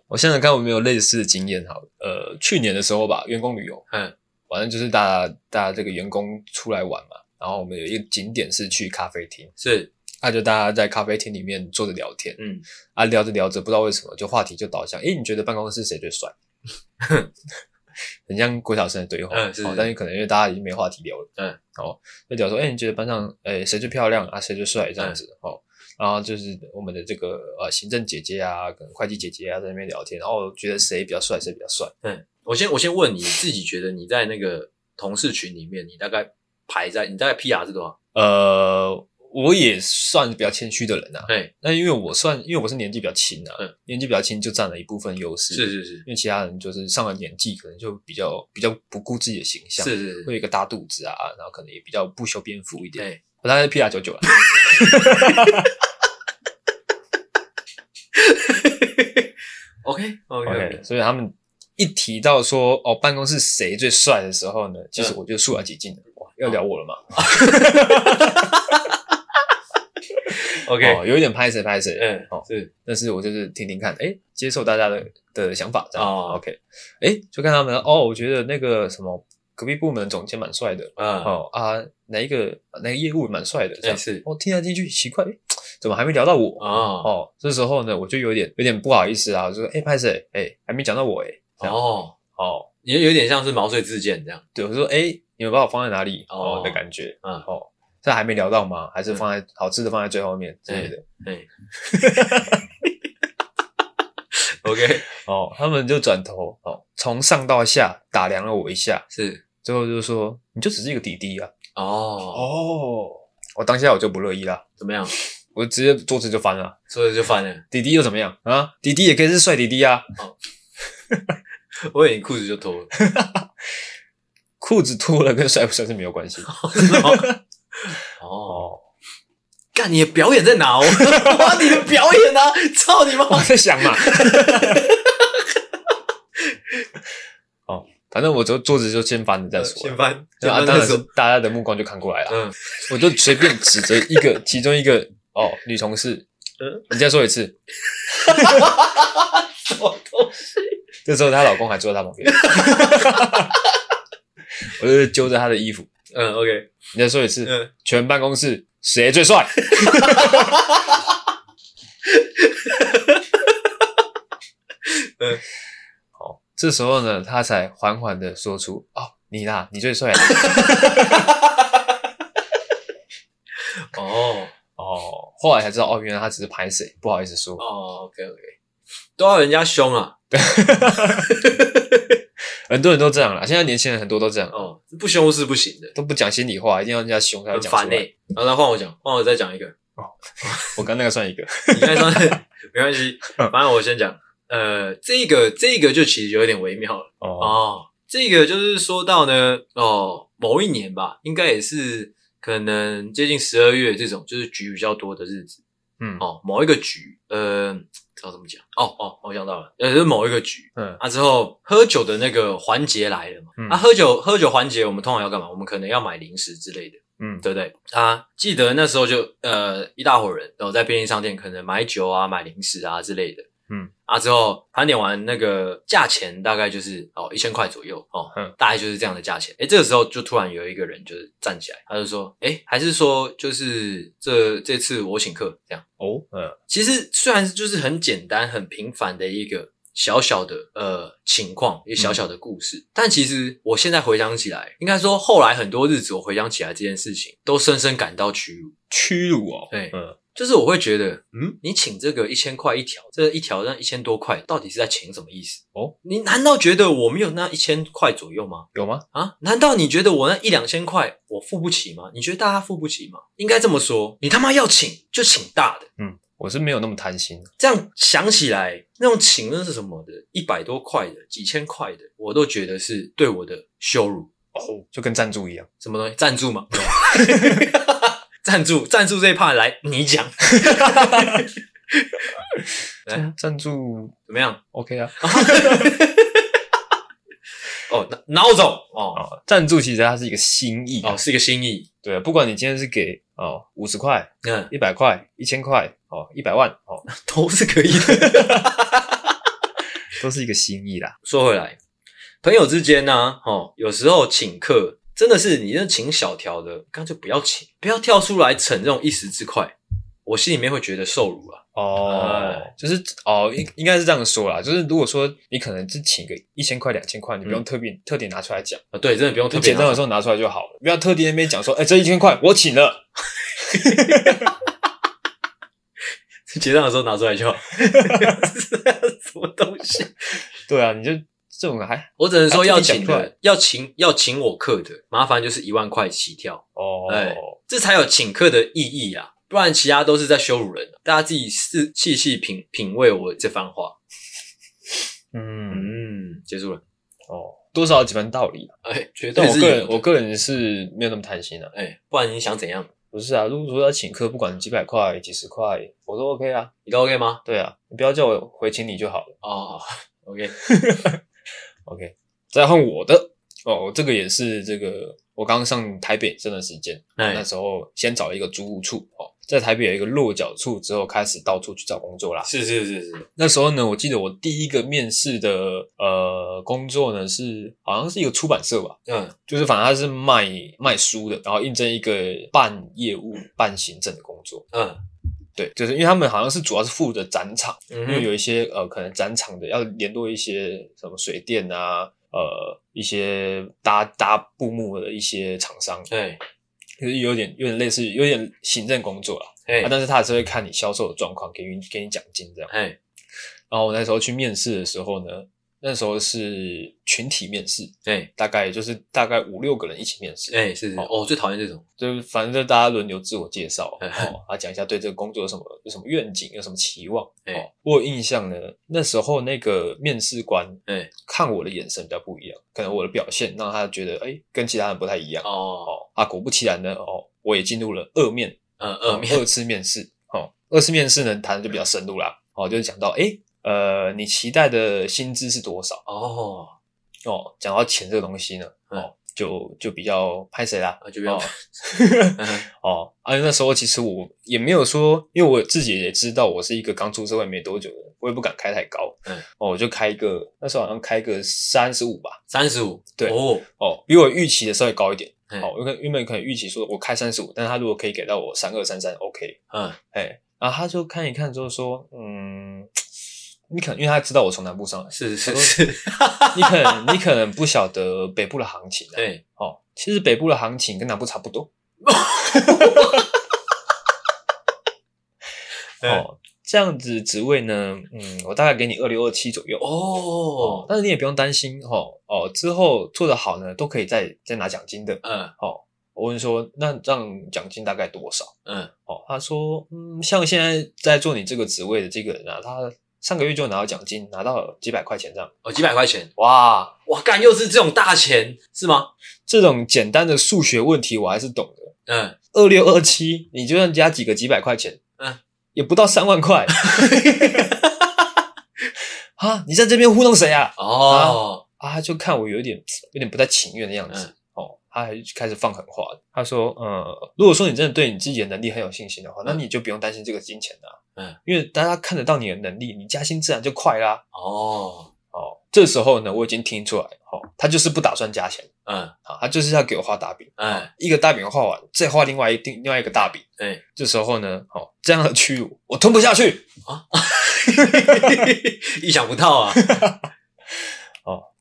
S2: 我想想看，我有没有类似的经验好了。呃，去年的时候吧，员工旅游，
S1: 嗯，
S2: 反正就是大家大家这个员工出来玩嘛，然后我们有一个景点是去咖啡厅，
S1: 是，
S2: 那、就大家在咖啡厅里面坐着聊天，
S1: 嗯，
S2: 啊，聊着聊着，不知道为什么就话题就导向，诶，你觉得办公室谁最帅？很像郭晓生的对话，
S1: 嗯是
S2: 哦，但是可能因为大家已经没话题聊了，
S1: 嗯，
S2: 哦，就聊说，诶，你觉得班上，诶，谁最漂亮啊，谁最帅这样
S1: 嗯
S2: 子，哦，然后就是我们的这个呃行政姐姐啊，跟会计姐姐啊在那边聊天，然后觉得谁比较帅，谁比较帅，
S1: 嗯我先我先问你，你自己觉得你在那个同事群里面，你大概排在你大概 PR 是多少？
S2: 呃，我也算比较谦虚的人啊，
S1: 哎，
S2: 那因为我算，因为我是年纪比较轻啊，
S1: 嗯
S2: 年纪比较轻就占了一部分优势，
S1: 是是是
S2: 因为其他人就是上了年纪，可能就比较比较不顾自己的形象，
S1: 是是
S2: 会
S1: 是，
S2: 有一个大肚子啊，然后可能也比较不修边幅一点。
S1: 哎，
S2: 我大概 P R 九九了，
S1: OK OK
S2: OK，所以他们一提到说哦办公室谁最帅的时候呢，其
S1: 嗯
S2: 实我就肃然起敬了。哇，要聊我了嘛？
S1: OK，
S2: 哦，有一点拍谁拍谁，
S1: 嗯
S2: 哦，
S1: 是。
S2: 但是我就是听听看，哎，接受大家的的想法这样。
S1: 哦
S2: OK，哎，就看他们哦，我觉得那个什么隔壁部门总监蛮帅的，
S1: 啊，
S2: 哦啊，哪一个哪个业务蛮帅的，这
S1: 哎
S2: 样
S1: 是
S2: 我、哦、听来听去奇怪，诶怎么还没聊到我？
S1: 哦
S2: 哦，这时候呢，我就有点有点不好意思啊，我就说哎，拍谁？哎，还没讲到我哎，这样
S1: 哦，
S2: 哦，
S1: 也有点像是毛遂自荐这样。
S2: 对，我说哎，你们把我放在哪里？
S1: 哦
S2: 哦的感觉，
S1: 嗯
S2: 哦，这还没聊到吗？还是放在、好吃的放在最后面之类的？
S1: 对 ，OK，
S2: 哦，他们就转头哦，从上到下打量了我一下，
S1: 是
S2: 最后就说你就只是一个弟弟啊。
S1: 哦，
S2: 哦，我当下我就不乐意啦，
S1: 怎么样？
S2: 我直接桌子就翻了。
S1: 所以就翻了，
S2: 弟弟又怎么样啊？弟弟也可以是帅弟弟啊，
S1: 我以为你裤子就脱了。
S2: 裤子脱了跟帅不帅是没有关系。
S1: 哦，
S2: 哦，
S1: 干你的表演在 哪？我哇，你的表演啊！操你妈！
S2: 我在想 嘛。哦，反正我就桌子就先翻了再说
S1: 先
S2: 啦。
S1: 翻，
S2: 对
S1: 先
S2: 啊，
S1: 翻
S2: 当
S1: 再
S2: 然是
S1: 说。
S2: 大家的目光就看过来了，
S1: 嗯，
S2: 我就随便指着一个其中一个哦女同事
S1: 嗯，
S2: 你再说 一次。
S1: 我都
S2: 这时候她老公还坐在她旁边， 我就揪着她的衣服，
S1: 嗯，OK，
S2: 你再说一次。
S1: 嗯，
S2: 全办公室谁 最帅？
S1: 嗯，
S2: 好，哦这时候呢，他才缓缓的说出：“哦，你啦，你最帅啦。
S1: 哦，”
S2: 哦，后来才知道，哦，原来他只是拍谁，不好意思说。
S1: 哦，OK，OK，都要人家凶啊！
S2: 很多人都这样啦，现在年轻人很多都这样，
S1: 哦，不凶是不行的，
S2: 都不讲心里话，一定要人家凶才会
S1: 很
S2: 讲
S1: 烦欸
S2: 出
S1: 呢
S2: 来。。
S1: 然后来换我讲，换我再讲一个。
S2: 我刚那个算一个，
S1: 你应该 算是没关系，反正我先讲。呃，这个这个就其实有点微妙了
S2: 哦，
S1: 哦。这个就是说到呢，哦，某一年吧，应该也是可能接近十二月这种就是局比较多的日子
S2: 嗯，
S1: 哦。某一个局，呃，知道怎么讲？哦哦，我想到了，呃，就是某一个局
S2: 嗯，
S1: 啊，之后喝酒的那个环节来了嘛。
S2: 嗯
S1: 啊，喝酒喝酒环节，我们通常要干嘛？我们可能要买零食之类的。
S2: 嗯，
S1: 对不对？啊，记得那时候就呃一大伙人，然后在便利商店可能买酒啊、买零食啊之类的。
S2: 嗯，
S1: 啊之后盘点完那个价钱大概就是哦一千块左右哦，
S2: 嗯
S1: 大概就是这样的价钱。诶，这个时候就突然有一个人就是站起来，他就说，诶，还是说就是这这次我请客这样。
S2: 哦，嗯
S1: 其实虽然就是很简单、很平凡的一个小小的呃情况，一个小小
S2: 嗯
S1: 的故事，但其实我现在回想起来，应该说后来很多日子我回想起来这件事情，都深深感到屈辱。
S2: 屈辱哦，
S1: 对
S2: 嗯，
S1: 就是我会觉得，嗯，你请这个一千块一条，这一条那一千多块，到底是在请什么意思？
S2: 哦，
S1: 你难道觉得我没有那一千块左右吗？
S2: 有吗？
S1: 啊，难道你觉得我那一两千块我付不起吗？你觉得大家付不起吗？应该这么说，你他妈要请就请大的。
S2: 嗯，我是没有那么贪心，
S1: 这样想起来，那种请那是什么的，一百多块的、几千块的，我都觉得是对我的羞辱。
S2: 哦，就跟赞助一样，
S1: 什么东西？赞助吗？ 赞助，赞助这一趴来你讲，哎
S2: 赞赞助
S1: 怎么样？
S2: OK 啊，
S1: 哦，脑脑总哦
S2: 哦，赞助其实它是一个心意啊
S1: 哦，，是一个心意。
S2: 对，不管你今天是给哦五十块、
S1: 嗯，
S2: 一百块、一千块哦、一百万哦，
S1: 都是可以的。
S2: 都是一个心意啦。
S1: 说回来，朋友之间呢、哦，有时候请客真的是你那请小条的，干脆不要请，不要跳出来逞这种一时之快，我心里面会觉得受辱啊。
S2: 哦
S1: 哎，
S2: 就是哦，应应该是这样说啦。就是如果说你可能是请个一千块、两千块，你不用特别、特点拿出来讲，
S1: 啊，对，真的不嗯用特
S2: 就
S1: 别
S2: 结
S1: 拿
S2: 账的时候拿出来就好了，不要特地那边讲说，哎、这一千块我请了。
S1: 结账的时候拿出来 就好。什么东西？
S2: 对啊，你就这种还
S1: 我只能说
S2: 啊
S1: 要
S2: 自己
S1: 请
S2: 讲出来
S1: 的，要请要请我客的，麻烦就是一万块起跳，
S2: 哦，
S1: 哎这才有请客的意义啊！不然其他都是在羞辱人。啊大家自己是细细品品味我这番话。
S2: 嗯，
S1: 嗯，结束了。
S2: 哦，多少有几分道理啊。
S1: 哎，绝
S2: 但我个人，
S1: 我
S2: 我个人是没有那么贪心的、啊。
S1: 哎，不然你想怎样？
S2: 不是啊，如果说要请客，不管几百块、几十块，我都 OK 啊。
S1: 你都 OK 吗？
S2: 对啊，你不要叫我回请你就好了。
S1: 哦，OK，
S2: OK，再换我的哦，这个也是这个我刚上台北这段时间，那
S1: 哎，
S2: 时候先找了一个租屋处哦，在台北有一个落脚处之后，开始到处去找工作啦。
S1: 是是是是，
S2: 那时候呢，我记得我第一个面试的呃工作呢是好像是一个出版社吧，
S1: 嗯
S2: 就是反正他是卖卖书的，然后应征一个半业务半行政的工作。
S1: 嗯
S2: 对，就是因为他们好像是主要是负责展场，
S1: 嗯
S2: 因为
S1: 哼，
S2: 有一些呃可能展场的要联络一些什么水电啊，呃一些搭搭布幕的一些厂商，
S1: 哎
S2: 就是有点有点类似有点行政工作啦。啊，
S1: 哎
S2: 但是他还是会看你销售的状况，给你给你奖金这样。
S1: 哎，
S2: 然后我那时候去面试的时候呢，那时候是群体面试，
S1: 哎
S2: 大概就是大概五六个人一起面试，
S1: 哎，是是，哦，最讨厌这种，
S2: 就是反正就大家轮流自我介绍，
S1: 哎
S2: 哦，啊讲一下对这个工作有什么有什么愿景，有什么期望。
S1: 哎
S2: 哦，我有印象呢，那时候那个面试官
S1: 哎
S2: 看我的眼神比较不一样，可能我的表现让他觉得哎跟其他人不太一样。
S1: 哦，
S2: 哦，啊，果不其然呢，哦，我也进入了二面
S1: 嗯二面，
S2: 二次面试。哦，二次面试呢谈的就比较深入啦。哦，就是讲到诶，呃，你期待的薪资是多少？
S1: 哦，
S2: 哦，讲到钱这个东西呢，
S1: 嗯
S2: 哦，就就比较拍谁啦。
S1: 啊，就不要
S2: 哦。哦，而、且那时候其实我也没有说，因为我自己也知道我是一个刚出社会没多久的人，我也不敢开太高。
S1: 嗯，
S2: 哦，我就开一个，那时候好像开个三十五吧。
S1: 三十五，
S2: 对
S1: 哦，
S2: 哦，比我预期的稍微高一点。
S1: 哎
S2: 哦，因为原本可能预期说我开三十五，但是他如果可以给到我三二三三，OK。
S1: 嗯
S2: 哎，然后他就看一看，就是说，嗯，你可能因为他知道我从南部上来，
S1: 是是是，
S2: 你可能你可能不晓得北部的行情、啊，
S1: 对，
S2: 哦，其实北部的行情跟南部差不多，
S1: 哦
S2: 哦，这样子职位呢，嗯，我大概给你二六二七左右，哦
S1: 哦，
S2: 但是你也不用担心，哦哦，之后做得好呢，都可以再再拿奖金的，
S1: 嗯
S2: 哦，我问说，那这样奖金大概多少？
S1: 嗯，
S2: 哦，他说，嗯，像现在在做你这个职位的这个人啊，他上个月就拿到奖金，拿到了几百块钱这样。
S1: 哦，几百块钱，
S2: 哇，
S1: 哇，干又是这种大钱是吗？
S2: 这种简单的数学问题我还是懂的。
S1: 嗯，
S2: 二六二七，你就算加几个几百块钱，
S1: 嗯，
S2: 也不到三万块。 啊，你在这边糊弄谁啊？
S1: 哦，
S2: 啊，他就看我有一点有点不太情愿的样子。
S1: 嗯
S2: 哦，他还开始放狠话，他说，呃，如果说你真的对你自己的能力很有信心的话，那
S1: 嗯
S2: 你就不用担心这个金钱了、
S1: 嗯，
S2: 因为大家看得到你的能力，你加薪自然就快啦。
S1: 哦，
S2: 哦，这时候呢，我已经听出来，哦，他就是不打算加钱，
S1: 嗯，
S2: 啊，他就是要给我画大饼，
S1: 哎，
S2: 一个大饼画完，再画另外一另外一个大饼。
S1: 哎，
S2: 这时候呢，哦，这样的屈辱我吞不下去，
S1: 意想不到啊，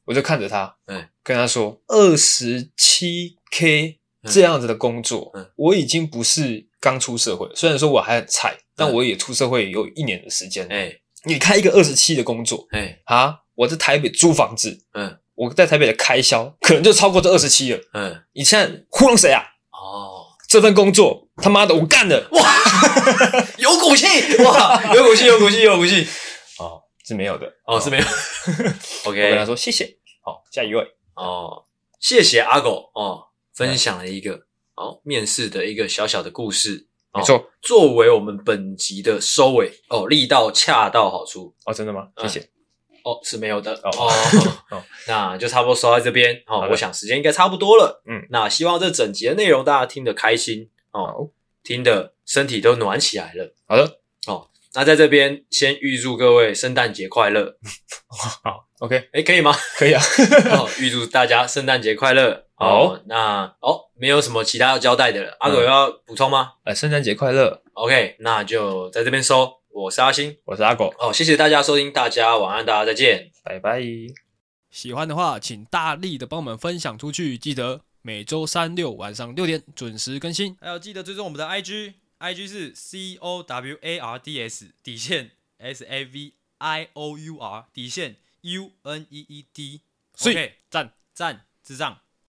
S2: 我就看着他，
S1: 嗯，
S2: 跟他说，二十七 k
S1: 嗯
S2: 这样子的工作，
S1: 嗯
S2: 我已经不是刚出社会，虽然说我还很菜，但
S1: 嗯
S2: 我也出社会有一年的时间。
S1: 哎，
S2: 你开一个二十七的工作
S1: 哎，
S2: 啊，我在台北租房子，
S1: 嗯，
S2: 我在台北的开销可能就超过这二十七了。
S1: 嗯，
S2: 你现在糊弄谁啊？
S1: 哦，
S2: 这份工作他妈的我干的，
S1: 有骨气哇，有骨气，有骨气，有骨气，
S2: 哦，是没有的。
S1: 哦，是没有
S2: 我跟他
S1: ，OK，
S2: 说谢谢，好，下一位，
S1: 哦，谢谢阿狗哦，分享了一个哦面试的一个小小的故事，哦
S2: 没错，
S1: 作为我们本集的收尾哦，力道恰到好处
S2: 哦，真的吗？谢
S1: 嗯
S2: 谢，
S1: 哦，是没有的
S2: 哦
S1: 哦
S2: 哦，
S1: 那就差不多说到这边
S2: 好
S1: 哦，
S2: 的
S1: 我想时间应该差不多了，
S2: 嗯，
S1: 那希望这整集的内容大家听得开心哦
S2: 好，
S1: 听得身体都暖起来了。
S2: 好的，
S1: 那在这边先预祝各位圣诞节快乐，
S2: 好，OK，
S1: 诶，可以 吗？
S2: 可以啊，
S1: 哦，预祝大家圣诞节快乐。
S2: 好
S1: 哦，那哦，没有什么其他要交代的了，阿狗
S2: 嗯
S1: 有要补充吗
S2: 呃，圣诞节快乐，
S1: ？OK，那就在这边收，我是阿星。
S2: 我是阿狗，
S1: 哦，谢谢大家收听，大家晚安，大家再见。
S2: 拜拜。
S3: 喜欢的话，请大力的帮我们分享出去，记得每周三六晚上六点准时更新。
S4: 还有记得追踪我们的 IG，IG 是 C O W A R D S 底线 S A V I O U R 底线 U N E E D。
S3: 所以
S4: OK，
S3: 赞。
S4: 赞智障。